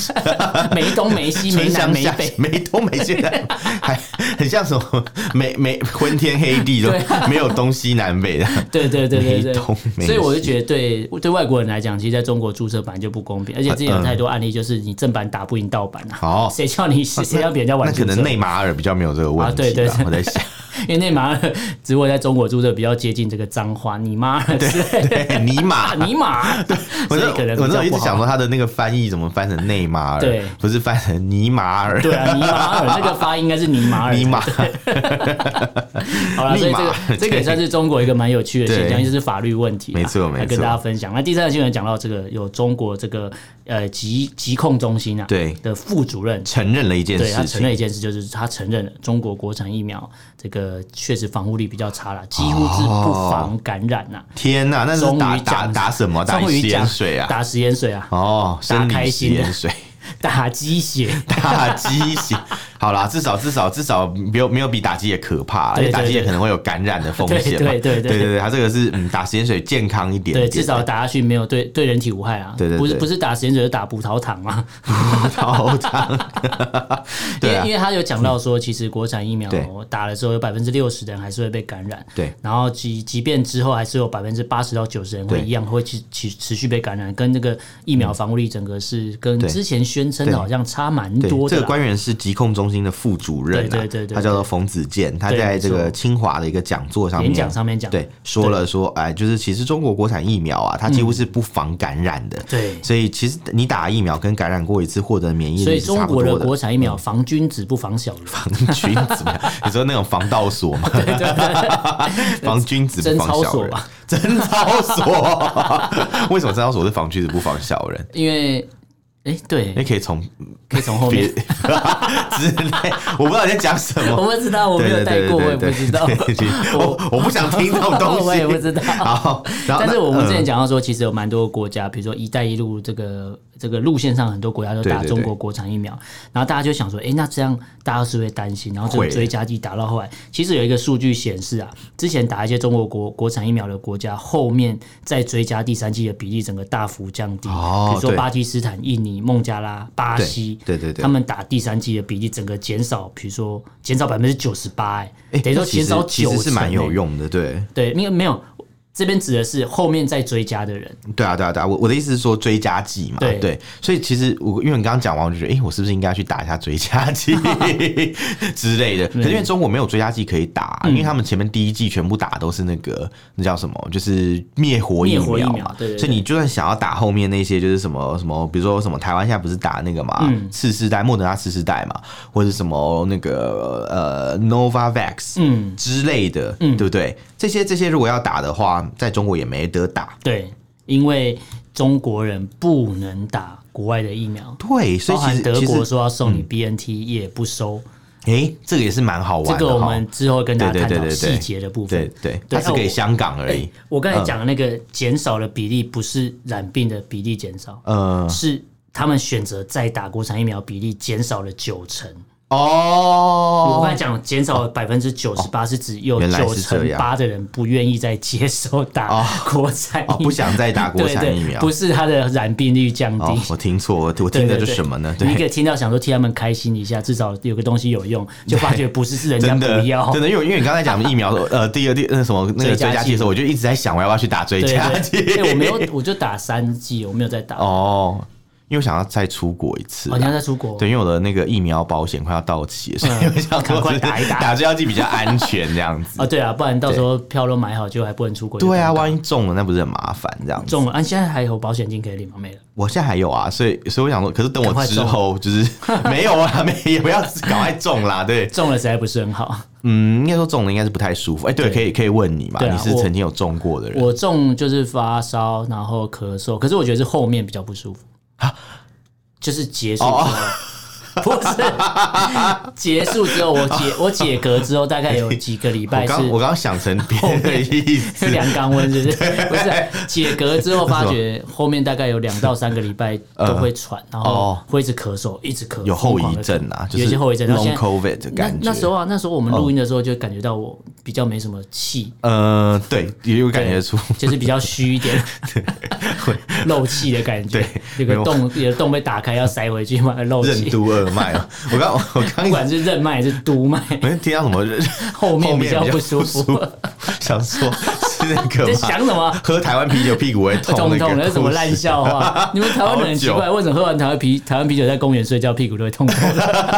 Speaker 2: 梅东梅西梅
Speaker 1: 春
Speaker 2: 南
Speaker 1: 香
Speaker 2: 梅
Speaker 1: 夏
Speaker 2: 北，
Speaker 1: 梅东梅西南， 还很像什么梅梅昏天黑地都
Speaker 2: 啊
Speaker 1: 没有东西南 北的，
Speaker 2: 对对对对对
Speaker 1: 梅东梅西
Speaker 2: 所以我就觉得对对外国人来讲，其实在中国注册本来就不公平，而且之前有太多案例就是你正版打不赢盗版啊，
Speaker 1: 哦。
Speaker 2: 谁 叫你谁叫别人家
Speaker 1: 那
Speaker 2: 玩
Speaker 1: 可
Speaker 2: 注
Speaker 1: 能
Speaker 2: 册？
Speaker 1: 内马尔比较没有这个问题
Speaker 2: 啊
Speaker 1: 吧，
Speaker 2: 对对对
Speaker 1: 我在想，
Speaker 2: 因为内马尔 只会在中国注册比较接近这个脏话，你妈对
Speaker 1: 对哎尼 玛，
Speaker 2: 啊尼玛，
Speaker 1: 我
Speaker 2: 所以
Speaker 1: 那
Speaker 2: 可能
Speaker 1: 我那
Speaker 2: 比较
Speaker 1: 一
Speaker 2: 不
Speaker 1: 直想
Speaker 2: 好。
Speaker 1: 说他的那个翻译怎么翻成内马尔，
Speaker 2: 对
Speaker 1: 不是翻成尼马尔，
Speaker 2: 对啊，尼马尔 这个发音应该是尼马尔，
Speaker 1: 尼玛，
Speaker 2: 好了，所以这
Speaker 1: 密码
Speaker 2: 个
Speaker 1: 对
Speaker 2: 这个也算是中国一个蛮有趣的现象，
Speaker 1: 对
Speaker 2: 就是法律问题啦，
Speaker 1: 没错
Speaker 2: 来
Speaker 1: 没错
Speaker 2: 跟大家分享。那第三个新闻讲到这个有中国这个呃疾疾控中心啊，
Speaker 1: 对
Speaker 2: 的副主任。
Speaker 1: 承认了一件
Speaker 2: 对他
Speaker 1: 事
Speaker 2: 承认
Speaker 1: 情，
Speaker 2: 一件事，就是他承认了中国国产疫苗这个确实防护力比较差了，几乎是不防感染呐、
Speaker 1: 天哪，那是
Speaker 2: 终于
Speaker 1: 打打
Speaker 2: 讲
Speaker 1: 打什么？哦打
Speaker 2: 终于
Speaker 1: 食
Speaker 2: 讲
Speaker 1: 盐水啊？
Speaker 2: 打食盐水啊，
Speaker 1: 哦，生
Speaker 2: 打开
Speaker 1: 理食
Speaker 2: 心的
Speaker 1: 盐水，
Speaker 2: 打鸡血，
Speaker 1: 打鸡血。好啦，至少至少至少没有没有比打鸡血可怕啦，啊
Speaker 2: 对
Speaker 1: 因为打
Speaker 2: 对
Speaker 1: 鸡血
Speaker 2: 对
Speaker 1: 可能会有感染的风险嘛。
Speaker 2: 对对对
Speaker 1: 对
Speaker 2: 对
Speaker 1: 对对，他这个是嗯打食盐水健康一点
Speaker 2: 对，
Speaker 1: 点，
Speaker 2: 至少打下去没有对对人体无害啊，
Speaker 1: 对对
Speaker 2: 不是
Speaker 1: 对
Speaker 2: 不是打食盐水，是打葡萄糖嘛，
Speaker 1: 好烫。对
Speaker 2: 因
Speaker 1: 啊
Speaker 2: 为因，为他有讲到说，其实国产疫苗
Speaker 1: 对
Speaker 2: 打了之后，有百分之六十的人还是会被感染。
Speaker 1: 对。
Speaker 2: 然后即即便之后还是有百分之八十到九十人会
Speaker 1: 对
Speaker 2: 一样会持持持续被感染，跟这个疫苗防护力整个是跟
Speaker 1: 对
Speaker 2: 之前宣称的
Speaker 1: 对
Speaker 2: 好像差蛮
Speaker 1: 对
Speaker 2: 多
Speaker 1: 这
Speaker 2: 的
Speaker 1: 个
Speaker 2: 啦。
Speaker 1: 官员是疾控中中心的副主任、啊，
Speaker 2: 对对对对
Speaker 1: 他叫做冯子健，他
Speaker 2: 对
Speaker 1: 在这
Speaker 2: 没
Speaker 1: 个
Speaker 2: 错
Speaker 1: 清华的一个讲座上面
Speaker 2: 演讲上面讲，
Speaker 1: 啊对，说了说，哎，就是其实中国国产疫苗啊，它几乎是不防感染的，
Speaker 2: 对
Speaker 1: 所以其实你打疫苗跟感染过一次获得的免疫
Speaker 2: 所
Speaker 1: 力
Speaker 2: 以
Speaker 1: 是
Speaker 2: 中
Speaker 1: 差不
Speaker 2: 国的
Speaker 1: 多嗯
Speaker 2: 国产疫苗防君子不防小人，
Speaker 1: 君子嘛，你说那种防盗锁嘛，
Speaker 2: 对对对，
Speaker 1: 防君子不防小人，贞操锁，为什么贞操锁是防君子不防小人？
Speaker 2: 因为哎、
Speaker 1: 你
Speaker 2: 对，
Speaker 1: 可以从
Speaker 2: 可以从后
Speaker 1: 别
Speaker 2: 面，
Speaker 1: 之类，我不知道你在讲什
Speaker 2: 我
Speaker 1: 么。
Speaker 2: 不知道，我没有
Speaker 1: 对对
Speaker 2: 带
Speaker 1: 对
Speaker 2: 过，我
Speaker 1: 对
Speaker 2: 也不
Speaker 1: 对
Speaker 2: 知道。
Speaker 1: 对对我我不想听这种东西，
Speaker 2: 我也不知道
Speaker 1: 好，然后
Speaker 2: 但是
Speaker 1: 那
Speaker 2: 我们之前
Speaker 1: 嗯
Speaker 2: 讲到说，其实有蛮多国家，比如说“一带一路”这个这个路线上，很多国家都打
Speaker 1: 对对对
Speaker 2: 中国国产疫苗，然后大家就想说，诶，那这样大家是不是会担心，然后这个
Speaker 1: 会
Speaker 2: 追加剂打到后来，其实有一个数据显示啊，之前打一些中国国国产疫苗的国家，后面再追加第三剂的比例，整个大幅降低。
Speaker 1: 哦
Speaker 2: 比如说
Speaker 1: 对
Speaker 2: 巴基斯坦、印尼、孟加拉、巴西，
Speaker 1: 对对对对
Speaker 2: 他们打第三剂的比例整个减少，比如说减少百分之九十八，
Speaker 1: 哎
Speaker 2: 诶，等于说
Speaker 1: 其
Speaker 2: 减
Speaker 1: 实
Speaker 2: 少
Speaker 1: 其
Speaker 2: 九
Speaker 1: 实
Speaker 2: 成、欸
Speaker 1: 是蛮有
Speaker 2: 诶
Speaker 1: 用的，对。
Speaker 2: 对，因为没有这边指的是后面再追加的人，
Speaker 1: 对啊，对啊，对啊，我我的意思是说追加剂嘛，
Speaker 2: 对
Speaker 1: 所以其实我因为你刚刚讲完，我就觉得，哎、我是不是应该去打一下追加 剂 之类的？可是因为中国没有追加剂可以打，啊
Speaker 2: 嗯
Speaker 1: 因为他们前面第一季全部打都是那个那叫什么，就是灭活疫
Speaker 2: 灭活疫
Speaker 1: 苗嘛
Speaker 2: 苗，对对对
Speaker 1: 所以你就算想要打后面那些，就是什么什么，比如说什么台湾现在不是打那个嘛，
Speaker 2: 嗯
Speaker 1: 次世代莫德纳次世代嘛，或者什么那个呃 Novavax
Speaker 2: 嗯
Speaker 1: 之类的，对不对？这些这些如果要打的话，在中国也没得打。
Speaker 2: 对，因为中国人不能打国外的疫苗，
Speaker 1: 对，所以
Speaker 2: 包
Speaker 1: 其
Speaker 2: 含
Speaker 1: 实
Speaker 2: 德
Speaker 1: 其
Speaker 2: 国
Speaker 1: 实，嗯
Speaker 2: 说要送你 BNT 也不收，
Speaker 1: 诶，这个也是蛮好
Speaker 2: 这
Speaker 1: 玩的
Speaker 2: 个我
Speaker 1: 哈
Speaker 2: 们之后跟大
Speaker 1: 哦对
Speaker 2: 家
Speaker 1: 对
Speaker 2: 探讨
Speaker 1: 对对对
Speaker 2: 细节的部
Speaker 1: 对嗯
Speaker 2: 分。
Speaker 1: 对，
Speaker 2: 对
Speaker 1: 它是
Speaker 2: 啊
Speaker 1: 给
Speaker 2: 我
Speaker 1: 香港而已。
Speaker 2: 我刚才讲的那个减少的比例，不是染病的比例减少，
Speaker 1: 呃，
Speaker 2: 是他们选择再打国产疫苗比例减少了九成。我刚
Speaker 1: 哦
Speaker 2: 才，讲减少百分之九十八，是指有
Speaker 1: 原来
Speaker 2: 九
Speaker 1: 是这
Speaker 2: 成
Speaker 1: 样
Speaker 2: 八的人不愿意再接受打
Speaker 1: 哦
Speaker 2: 国产疫
Speaker 1: 哦
Speaker 2: 苗，
Speaker 1: 不想再打国
Speaker 2: 对
Speaker 1: 产疫
Speaker 2: 对，
Speaker 1: 苗
Speaker 2: 不。是它的染病率降低。
Speaker 1: 哦， 我听错，我我
Speaker 2: 对
Speaker 1: 听的
Speaker 2: 对
Speaker 1: 就
Speaker 2: 对
Speaker 1: 什么呢？
Speaker 2: 你可
Speaker 1: 对。
Speaker 2: 以听到想说替他们开心一下，至少有个东西有用，就发觉不是是人家
Speaker 1: 真的
Speaker 2: 不要，
Speaker 1: 真的，因为因为你刚才讲疫 苗，呃，第二第那什么那个
Speaker 2: 追加
Speaker 1: 追加剂的时候，我就一直在想我要不要去打追
Speaker 2: 对
Speaker 1: 加
Speaker 2: 对
Speaker 1: 剂。
Speaker 2: 对，因哎为我没有，我就打三剂，我没有再打。哦，
Speaker 1: 哦，因为我想要再出国一次啊。
Speaker 2: 你要再出国？
Speaker 1: 对，因为我的那个疫苗保险快要到期了，所以我想
Speaker 2: 嗯赶
Speaker 1: 说
Speaker 2: 快
Speaker 1: 是
Speaker 2: 打一打
Speaker 1: 打追加剂比较安全这样 子。
Speaker 2: 啊，对啊，不然到时候票都买好，结果还不能出国。
Speaker 1: 对啊，
Speaker 2: 就尴尬
Speaker 1: 万一中了那不是很麻烦这样子。
Speaker 2: 中了，啊，现在还有保险金可以领吗？没了。
Speaker 1: 我现在还有啊，所以所以我想说，可是等
Speaker 2: 赶
Speaker 1: 我
Speaker 2: 快
Speaker 1: 之
Speaker 2: 中
Speaker 1: 后就是没有 啊，没也不要赶快中啦，对，
Speaker 2: 中了实在不是很好，
Speaker 1: 嗯，应该说中了应该是不太舒服，哎、对，
Speaker 2: 对
Speaker 1: 可以可以问你嘛，
Speaker 2: 对啊
Speaker 1: 你是
Speaker 2: 我
Speaker 1: 曾经有中过的人，
Speaker 2: 我中就是发烧，然后咳嗽，可是我觉得是后面比较不舒服，
Speaker 1: 啊
Speaker 2: 就是结束之
Speaker 1: 哦
Speaker 2: 后， 不是结束之后，我 解我解隔之后，大概有几个礼
Speaker 1: 我
Speaker 2: 拜是
Speaker 1: 刚我刚想成别人的意思
Speaker 2: 是，量肛 温，是不是？不是啊解隔之后发觉后面大概有两到三个礼拜都会喘，然后
Speaker 1: 哦
Speaker 2: 会一直咳嗽，一直咳，
Speaker 1: 有后遗症
Speaker 2: 疯狂地
Speaker 1: 啊，
Speaker 2: 咳
Speaker 1: 就
Speaker 2: 有
Speaker 1: 是
Speaker 2: 一些后遗症。然后
Speaker 1: long
Speaker 2: 现在
Speaker 1: covid 的感觉。
Speaker 2: 那那时候啊，那时候我们录音的时候就感觉到我比较没什么气，
Speaker 1: 呃，对，也有感觉出，
Speaker 2: 就是比较虚一点， 漏气的感觉，有
Speaker 1: 没
Speaker 2: 个
Speaker 1: 有
Speaker 2: 洞，有个洞被打开要塞回 去嘛，漏
Speaker 1: 任
Speaker 2: 气。
Speaker 1: 督二 脉啊。我刚我刚
Speaker 2: 不管是任脉还是 督脉，
Speaker 1: 没听到什么
Speaker 2: 后面比较不舒服
Speaker 1: 后面比较不舒服， 想说是那个
Speaker 2: 在
Speaker 1: 嘛
Speaker 2: 想什么？
Speaker 1: 喝台湾啤酒屁股会 痛
Speaker 2: 痛
Speaker 1: 那
Speaker 2: 痛，
Speaker 1: 个
Speaker 2: 那是什么
Speaker 1: 故事
Speaker 2: 烂笑话？你们台湾人很奇
Speaker 1: 好
Speaker 2: 怪，为什么喝完台湾啤台湾啤酒在公园睡觉屁股都 会痛痛的？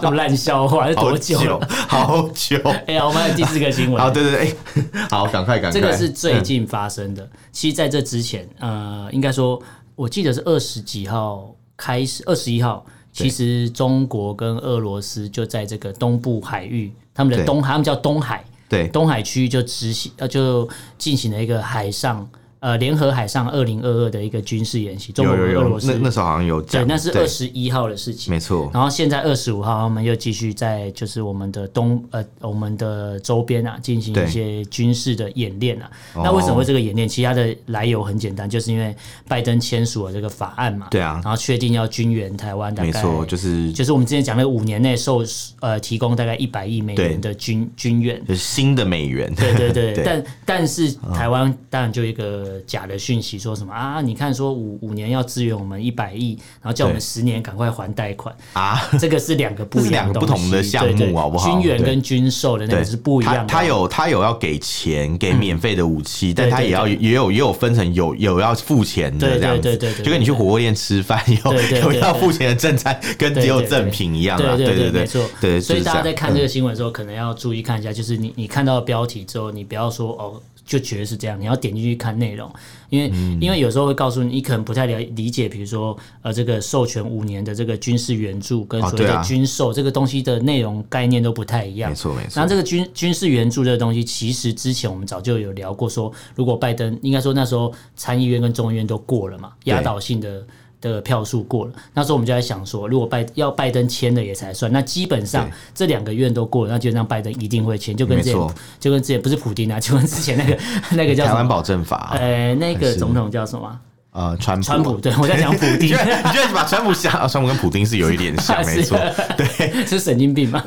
Speaker 2: 什么烂笑话？是多久了？
Speaker 1: 好久。
Speaker 2: 哎呀，我们还有第四个新
Speaker 1: 好，
Speaker 2: 闻，
Speaker 1: 对对对，哎 好，赶快赶快。
Speaker 2: 这个是最
Speaker 1: 嗯
Speaker 2: 近发生的。其实在这之前，呃，应该说，我记得是二十几号开始，二十一号，其实中国跟俄罗斯就在这个东部海域，他们的
Speaker 1: 对
Speaker 2: 东，他们叫东海，
Speaker 1: 对
Speaker 2: 东海区域就执行呃就进行了一个海上。呃，联合海上二零二二的一个军事演习，中国
Speaker 1: 有
Speaker 2: 跟
Speaker 1: 有
Speaker 2: 俄罗
Speaker 1: 有，
Speaker 2: 斯
Speaker 1: 那那时候好像有
Speaker 2: 对，
Speaker 1: 讲，
Speaker 2: 那是二十一号的事情，
Speaker 1: 没错
Speaker 2: 然后现在二十五号，他们又继续在就是我们的东呃我们的周边啊进行
Speaker 1: 对
Speaker 2: 一些军事的演练啊。
Speaker 1: 哦
Speaker 2: 那为什么会这个演练？其实它的来由很简单，就是因为拜登签署了这个法案嘛，
Speaker 1: 对啊
Speaker 2: 然后确定要军援台湾，大概
Speaker 1: 没错，就是
Speaker 2: 就是我们之前讲那个五年内受呃提供大概一百亿美元的军军援。
Speaker 1: 就是新的美元。
Speaker 2: 对对 对，
Speaker 1: 对啊
Speaker 2: 但但是台湾当然就有一个的假的讯息，说什么啊？你看说五五年要支援我们一百亿，然后叫我们
Speaker 1: 对
Speaker 2: 十年赶快还贷款，
Speaker 1: 啊，
Speaker 2: 这个是两个不一样
Speaker 1: 这是两个不同的
Speaker 2: 东西
Speaker 1: 项目
Speaker 2: 对对
Speaker 1: 好不好
Speaker 2: 军援
Speaker 1: 对
Speaker 2: 跟军售的那
Speaker 1: 对，
Speaker 2: 个是不一样的。啊嗯
Speaker 1: 他他有他有要给钱给免费的武器，但他
Speaker 2: 对对
Speaker 1: 也要也有也有分成有有要付钱的
Speaker 2: 对对
Speaker 1: 这样子，
Speaker 2: 对对对对
Speaker 1: 就跟你去火锅店吃饭有
Speaker 2: 对对对
Speaker 1: 有
Speaker 2: 对
Speaker 1: 要付钱的正餐跟只有赠品一样啊，
Speaker 2: 对
Speaker 1: 对
Speaker 2: 对，
Speaker 1: 对，
Speaker 2: 没错。
Speaker 1: 对，
Speaker 2: 所以
Speaker 1: 就是
Speaker 2: 大家
Speaker 1: 这
Speaker 2: 在
Speaker 1: 样嗯
Speaker 2: 看这个新闻的时候，可能要注意看一下，就是你你看到标题之后，你不要说哦。就觉得是这样，你要点进去看内容，因为、
Speaker 1: 嗯
Speaker 2: 因为有时候会告诉你，你可能不太了理解，比如说呃，这个授权五年的这个军事援助跟
Speaker 1: 哦
Speaker 2: 所谓
Speaker 1: 对
Speaker 2: 的
Speaker 1: 啊
Speaker 2: 军售、这个东西的内容概念都不太一样。
Speaker 1: 没错没错
Speaker 2: 那这个军军事援助这个东西，其实之前我们早就有聊过说如果拜登应该说那时候参议院跟众议院都过了嘛，压倒性的。的票数过了，那时候我们就在想说，如果拜要拜登签了也才算，那基本上
Speaker 1: 对
Speaker 2: 这两个院都过了，那基本上拜登一定会签，就跟之前
Speaker 1: 没错
Speaker 2: 就跟之前不是普丁啊，就跟之前 那个那个叫
Speaker 1: 台
Speaker 2: 什
Speaker 1: 湾
Speaker 2: 么？
Speaker 1: 保证法，
Speaker 2: 呃，那
Speaker 1: 还
Speaker 2: 个
Speaker 1: 是
Speaker 2: 总统叫什么啊？
Speaker 1: 呃，川普
Speaker 2: 川普，对我在讲 普
Speaker 1: 你
Speaker 2: 丁
Speaker 1: 居，然你居然把川普想，啊川普跟普丁是有一点 像，
Speaker 2: 啊
Speaker 1: 没错，
Speaker 2: 是神经病嘛？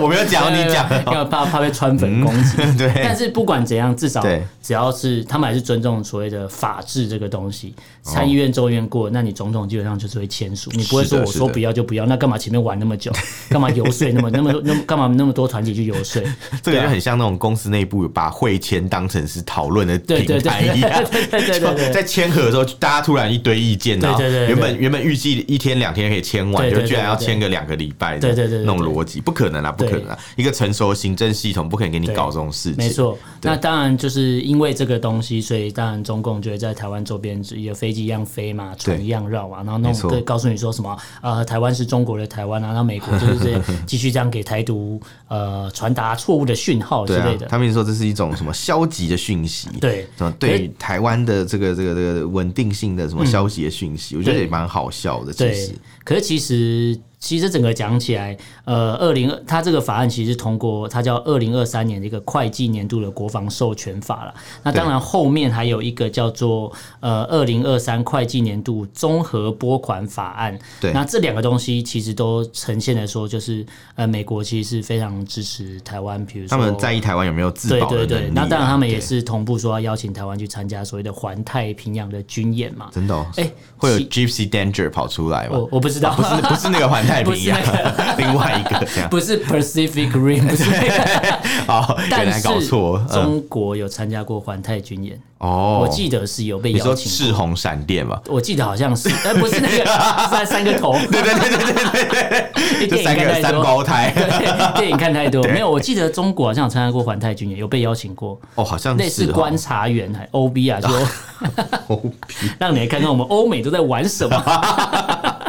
Speaker 1: 我没有讲，你 讲了，
Speaker 2: 要怕怕被川粉攻击。但
Speaker 1: 对，
Speaker 2: 是不管怎样，至少
Speaker 1: 对
Speaker 2: 只要是他们还是尊重所谓的法治这个东西，参议院、众议院过，那你总统基本上就是会签署，你不会
Speaker 1: 哦是
Speaker 2: 说
Speaker 1: 的
Speaker 2: 我
Speaker 1: 是
Speaker 2: 说
Speaker 1: 的
Speaker 2: 不要就不要，那干嘛前面玩那么 久，干嘛游说那么那么多那么干嘛那么多团体去游说？
Speaker 1: 这
Speaker 2: 对
Speaker 1: 个
Speaker 2: 啊
Speaker 1: 就很像那种公司内部把会签当成是讨论的
Speaker 2: 对对
Speaker 1: 平台
Speaker 2: 对
Speaker 1: 一样，
Speaker 2: 对对对对对
Speaker 1: 就在签合的时候，大家突然一堆意见，然后
Speaker 2: 对对对对
Speaker 1: 原本原本预计一天两天可以签完，
Speaker 2: 对对
Speaker 1: 就
Speaker 2: 对
Speaker 1: 居然要
Speaker 2: 对对
Speaker 1: 签个两个礼拜，
Speaker 2: 对对对
Speaker 1: 那
Speaker 2: 对
Speaker 1: 种逻辑不可能啊，不可能啊！一个成熟的行政系统不可能给你
Speaker 2: 对
Speaker 1: 搞这种事情，
Speaker 2: 没错，
Speaker 1: 对
Speaker 2: 那当然就是因为这个东西，所以当然中共就会在台湾周边也飞机一样飞嘛，船一样绕嘛，然后
Speaker 1: 没
Speaker 2: 弄
Speaker 1: 错
Speaker 2: 对告诉你说什么呃，台湾是中国的台湾啊，然后美国就是 这继续这样给台独呃传达错误的讯号之
Speaker 1: 对啊
Speaker 2: 类，的。
Speaker 1: 他们说这是一种什么消极的讯息，
Speaker 2: 对
Speaker 1: 什么
Speaker 2: 可
Speaker 1: 对
Speaker 2: 是
Speaker 1: 于台湾的这个这个这个稳定性的什么消息的讯息，我觉得也蛮好笑的。其
Speaker 2: 嗯对
Speaker 1: 实，
Speaker 2: 可是其实其实整个讲起来，呃，二零它这个法案其实通过，它叫二零二三年的一个会计年度的国防授权法了。那当然后面还有一个叫做呃二零二三会计年度综合拨款法案。
Speaker 1: 对
Speaker 2: 那这两个东西其实都呈现的说，就是呃美国其实是非常支持台湾，比如说
Speaker 1: 他们在意台湾有没有自
Speaker 2: 对
Speaker 1: 保的
Speaker 2: 对
Speaker 1: 能力啊、
Speaker 2: 对，那当然他们也
Speaker 1: 对
Speaker 2: 是同步说要邀请台湾去参加所谓的环太平洋的军演嘛。
Speaker 1: 真的、哦，
Speaker 2: 哎
Speaker 1: 会有
Speaker 2: 其
Speaker 1: Gypsy Danger 跑出来吗？
Speaker 2: 我我不知道，
Speaker 1: 不是不是那个环太平洋
Speaker 2: 不是，
Speaker 1: 另外一个这样。
Speaker 2: 不是 Pacific Rim，不是那个
Speaker 1: 哦，原
Speaker 2: 但
Speaker 1: 来
Speaker 2: 是
Speaker 1: 搞错。嗯，
Speaker 2: 中国有参加过环太军演，
Speaker 1: 哦，
Speaker 2: 我记得是有被
Speaker 1: 你说
Speaker 2: 邀请
Speaker 1: 赤
Speaker 2: 过。
Speaker 1: 红闪电 吧？
Speaker 2: 我记得 好像是，但不是那个三三个头，
Speaker 1: 对对对对对对 对，
Speaker 2: 电
Speaker 1: 这
Speaker 2: 影
Speaker 1: 三
Speaker 2: 看
Speaker 1: 个
Speaker 2: 太
Speaker 1: 三
Speaker 2: 多。
Speaker 1: 胞胎。
Speaker 2: 对， 电影看太多，没有。我记得中国好像有参加过环太军演，有被邀请过，
Speaker 1: 哦，好像
Speaker 2: 类似
Speaker 1: 是哦
Speaker 2: 观察员还 OB 啊，说 让你来看看我们欧美都在玩 什么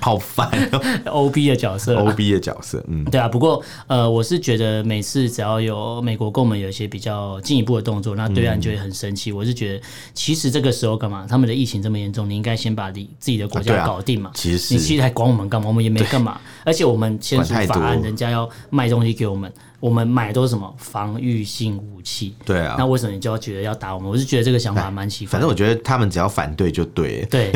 Speaker 1: 好烦哦
Speaker 2: OB 的角色啊。
Speaker 1: ，OB 的角色，嗯，
Speaker 2: 对啊，不过呃，我是觉得每次只要有美国跟我们有一些比较进一步的动
Speaker 1: 嗯
Speaker 2: 作，那对岸就会很生气。我是觉得，其实这个时候干嘛？他们的疫情这么严重，你应该先把你自己的国
Speaker 1: 啊对
Speaker 2: 家
Speaker 1: 啊
Speaker 2: 搞定嘛。
Speaker 1: 其实
Speaker 2: 你其实还管我们干嘛？我们也没干嘛。而且我们签署
Speaker 1: 管太
Speaker 2: 法案，
Speaker 1: 多
Speaker 2: 人家要卖东西给我们，我们买的都是什么防御性武器。
Speaker 1: 对啊
Speaker 2: 那为什么你就要觉得要打我们？我是觉得这个想法蛮奇怪
Speaker 1: 反
Speaker 2: 的。
Speaker 1: 正我觉得他们只要反对就对了。
Speaker 2: 对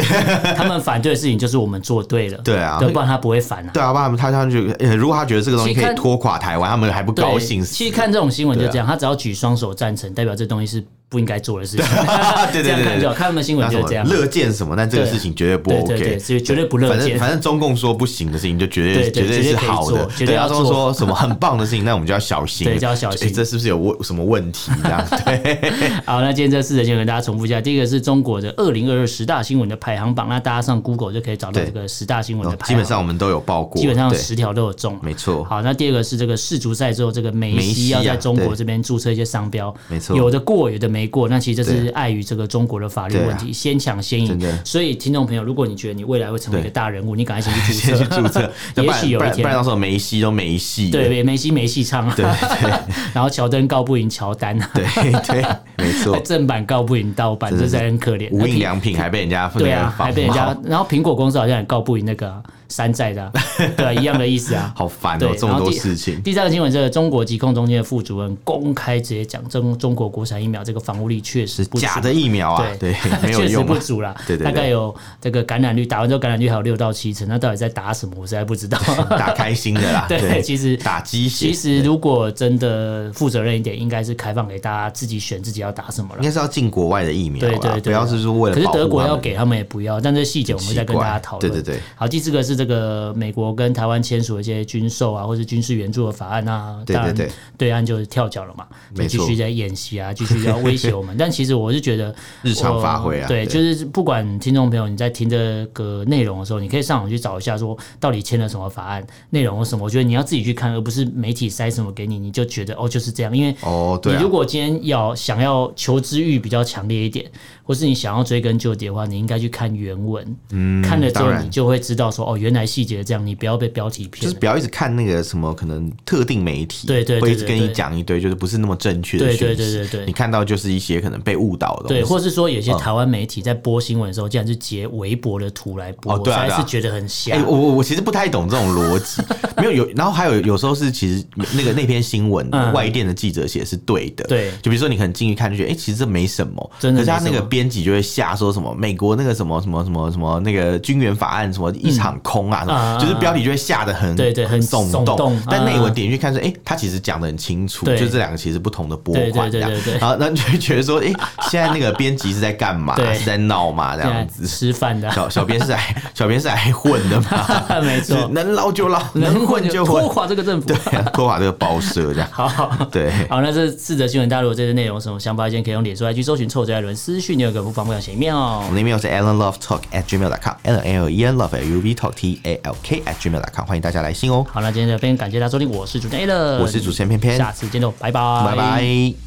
Speaker 2: 他们反对的事情就是我们做对了，
Speaker 1: 对啊
Speaker 2: 不然他不会反啊。
Speaker 1: 对啊，不然他他就呃如果他觉得这个东西
Speaker 2: 其
Speaker 1: 可
Speaker 2: 实
Speaker 1: 以
Speaker 2: 看
Speaker 1: 拖垮台湾，他们还不
Speaker 2: 对
Speaker 1: 高兴死。啊
Speaker 2: 其实 看这种新闻就这样，他只要举双手赞成，代表这东西是不应该做的事情。
Speaker 1: 对对对
Speaker 2: 这样看就
Speaker 1: 对
Speaker 2: 好
Speaker 1: 对
Speaker 2: 看他们新闻
Speaker 1: 那
Speaker 2: 就
Speaker 1: 什
Speaker 2: 是这
Speaker 1: 么
Speaker 2: 样。
Speaker 1: 乐见什么，但这个
Speaker 2: 对啊
Speaker 1: 事情绝对不
Speaker 2: 对
Speaker 1: OK。
Speaker 2: 对对，所以绝对不乐
Speaker 1: 反正
Speaker 2: 见。
Speaker 1: 反正中共说不行的事情，就绝
Speaker 2: 对
Speaker 1: 对
Speaker 2: 对
Speaker 1: 绝对是好
Speaker 2: 绝对
Speaker 1: 的
Speaker 2: 可以做。绝对
Speaker 1: 对，
Speaker 2: 要
Speaker 1: 他
Speaker 2: 做
Speaker 1: 说说什么很棒的事情， 那我们就要小心，
Speaker 2: 对就要小心
Speaker 1: 诶这是不是有问什么问题？这 样对，
Speaker 2: 好，那今天这四则新闻跟大家重复一下。第一个是中国的二零二二十大新闻的排行榜，那大家上 Google 就可以找到
Speaker 1: 对哦
Speaker 2: 这个十大新闻的排行 榜。
Speaker 1: 基本上我们都有报过，
Speaker 2: 嗯基本上
Speaker 1: 对
Speaker 2: 十条都有中。
Speaker 1: 没错，
Speaker 2: 好，那第二个是这个世足赛之后，这个梅
Speaker 1: 梅西
Speaker 2: 西
Speaker 1: 啊
Speaker 2: 要在中国
Speaker 1: 对
Speaker 2: 这边注册一些商标，
Speaker 1: 没错
Speaker 2: 有的过，有的没过。那其实这是碍于这个中国的法律问题，
Speaker 1: 对
Speaker 2: 先抢先赢
Speaker 1: 真的。
Speaker 2: 所以，听众朋友，如果你觉得你未来会成为一个
Speaker 1: 对
Speaker 2: 大人物，你赶快先 去，
Speaker 1: 先去注册
Speaker 2: 也
Speaker 1: 不然
Speaker 2: 许有
Speaker 1: 不
Speaker 2: 一
Speaker 1: 然不然
Speaker 2: 天
Speaker 1: 到。时候梅西都没戏了。
Speaker 2: 对，梅西没戏唱啊， 然后乔丹告不赢乔丹 啊，，
Speaker 1: 对对，没错
Speaker 2: 正版告不赢盗版，
Speaker 1: 真
Speaker 2: 这
Speaker 1: 的
Speaker 2: 是很可怜。
Speaker 1: 无
Speaker 2: 哎那
Speaker 1: 印
Speaker 2: 苹
Speaker 1: 良品还被人家
Speaker 2: 对啊，
Speaker 1: 那个
Speaker 2: 还被人
Speaker 1: 仿
Speaker 2: 家
Speaker 1: 冒，
Speaker 2: 然后苹果公司好像也告不赢那个啊山寨的啊、对啊、一样的意思啊。
Speaker 1: 好烦哦、
Speaker 2: 对，
Speaker 1: 这么
Speaker 2: 然后
Speaker 1: 多
Speaker 2: 第
Speaker 1: 事情。
Speaker 2: 第三个新闻，这个中国疾控中心的副主任公开直接讲，中中国国产疫苗这个防护力确实
Speaker 1: 是
Speaker 2: 不足
Speaker 1: 假的疫苗啊，对
Speaker 2: 对，
Speaker 1: 没有
Speaker 2: 确实
Speaker 1: 用
Speaker 2: 不
Speaker 1: 啊。
Speaker 2: 足啦。
Speaker 1: 对对对
Speaker 2: 大概有这个感染率，打完之后感染率还有六到七成，那到底在打什么？我实在不知 道。
Speaker 1: 打开心的啦，
Speaker 2: 对其实
Speaker 1: 打鸡血，
Speaker 2: 其实如果真的负责任一点，应该是开放给大家自己选自己要打什么了
Speaker 1: 应。该是要进国外的疫苗啦，
Speaker 2: 对对对，
Speaker 1: 不要是说为了
Speaker 2: 可是
Speaker 1: 保护
Speaker 2: 德国
Speaker 1: 他
Speaker 2: 要
Speaker 1: 们
Speaker 2: 给他们也不要，但这细节我们会再跟大家讨论。
Speaker 1: 奇怪对对对。
Speaker 2: 好，第四个是这个美国跟台湾签署的一些军售啊，或是军事援助的法案啊，
Speaker 1: 对对
Speaker 2: 当然
Speaker 1: 对
Speaker 2: 对岸就是跳脚了嘛，就
Speaker 1: 没
Speaker 2: 继
Speaker 1: 错
Speaker 2: 续在演习啊，继续要威胁我 们。但其实我是觉得
Speaker 1: 日常发挥啊
Speaker 2: 我对，
Speaker 1: 对
Speaker 2: 就是不管听众朋友你在听这个内容的时候，你可以上网去找一下，说到底签了什么法案，内容是什么。我觉得你要自己去看，而不是媒体塞什么给你，你就觉得哦就是这样，因为
Speaker 1: 哦，对
Speaker 2: 你
Speaker 1: 啊
Speaker 2: 如，果今天要想要求知欲比较强烈一点，或是你想要追根究底的话，你应该去看原文。嗯，看了之后
Speaker 1: 当然
Speaker 2: 你就会知道说，哦，原来细节这样，你不要被标题
Speaker 1: 就
Speaker 2: 骗
Speaker 1: 是
Speaker 2: 了。
Speaker 1: 不要一直看那个什么可能特定媒体，
Speaker 2: 对对对
Speaker 1: 会一直
Speaker 2: 对
Speaker 1: 跟
Speaker 2: 对
Speaker 1: 你讲一堆就是不是那么正确的
Speaker 2: 对
Speaker 1: 讯
Speaker 2: 对
Speaker 1: 息，
Speaker 2: 对对对
Speaker 1: 你看到就是一些可能被误导的东
Speaker 2: 对，
Speaker 1: 西，
Speaker 2: 或是说有些
Speaker 1: 嗯
Speaker 2: 台湾媒体在播新闻的时候，竟然是截微博的图来播，
Speaker 1: 哦对啊
Speaker 2: 我实
Speaker 1: 对
Speaker 2: 在
Speaker 1: 啊
Speaker 2: 是觉得很瞎。
Speaker 1: 哎、我我我其实不太懂这种逻辑，没有有，然后还有有时候是其实那个那篇新闻、
Speaker 2: 嗯
Speaker 1: 外电的记者写是对的，
Speaker 2: 对
Speaker 1: 就比如说你可能进去看就觉得，哎、其实这没什么，
Speaker 2: 真的
Speaker 1: 可是他
Speaker 2: 没什
Speaker 1: 那个
Speaker 2: 么
Speaker 1: 编辑就会下说什么美国那个什么什么什么什么那个军援法案什么一场空啊，什
Speaker 2: 啊
Speaker 1: 么，就是标题就会下的很
Speaker 2: 对对很
Speaker 1: 耸
Speaker 2: 耸动
Speaker 1: 但内
Speaker 2: 啊
Speaker 1: 文点进去看说，哎、他其实讲的很清楚，
Speaker 2: 对
Speaker 1: 就这两个其实不同的拨
Speaker 2: 对对
Speaker 1: 款这
Speaker 2: 对
Speaker 1: 样
Speaker 2: 对对，
Speaker 1: 然后那你就会觉得说，哎、现在那个编辑是在干嘛？
Speaker 2: 对
Speaker 1: 是在闹嘛？这
Speaker 2: 现
Speaker 1: 样
Speaker 2: 在
Speaker 1: 子。
Speaker 2: 吃饭 的啊，
Speaker 1: 小小编是来小编是来混的嘛？
Speaker 2: 没错
Speaker 1: 是能捞就捞，能混就
Speaker 2: 拖
Speaker 1: 混，
Speaker 2: 垮这个政府。
Speaker 1: 对，拖垮这个报社 这样。
Speaker 2: 好好
Speaker 1: 对
Speaker 2: 好，那这四则新闻，大家如果对这内容有什么想法，今天可以用脸书来去搜寻“臭嘴艾伦”私讯，你有个不妨不想写面哦
Speaker 1: 我。们的 email 是 allenlovetalk at gmail.com，l l e n love u v talk t a l k at gmail.com，欢迎大家来信哦。
Speaker 2: 好，那今天就非常感谢大家收听，我是主持人 A 乐，
Speaker 1: 我是主持人偏偏
Speaker 2: 下次见喽，拜拜，
Speaker 1: 拜拜。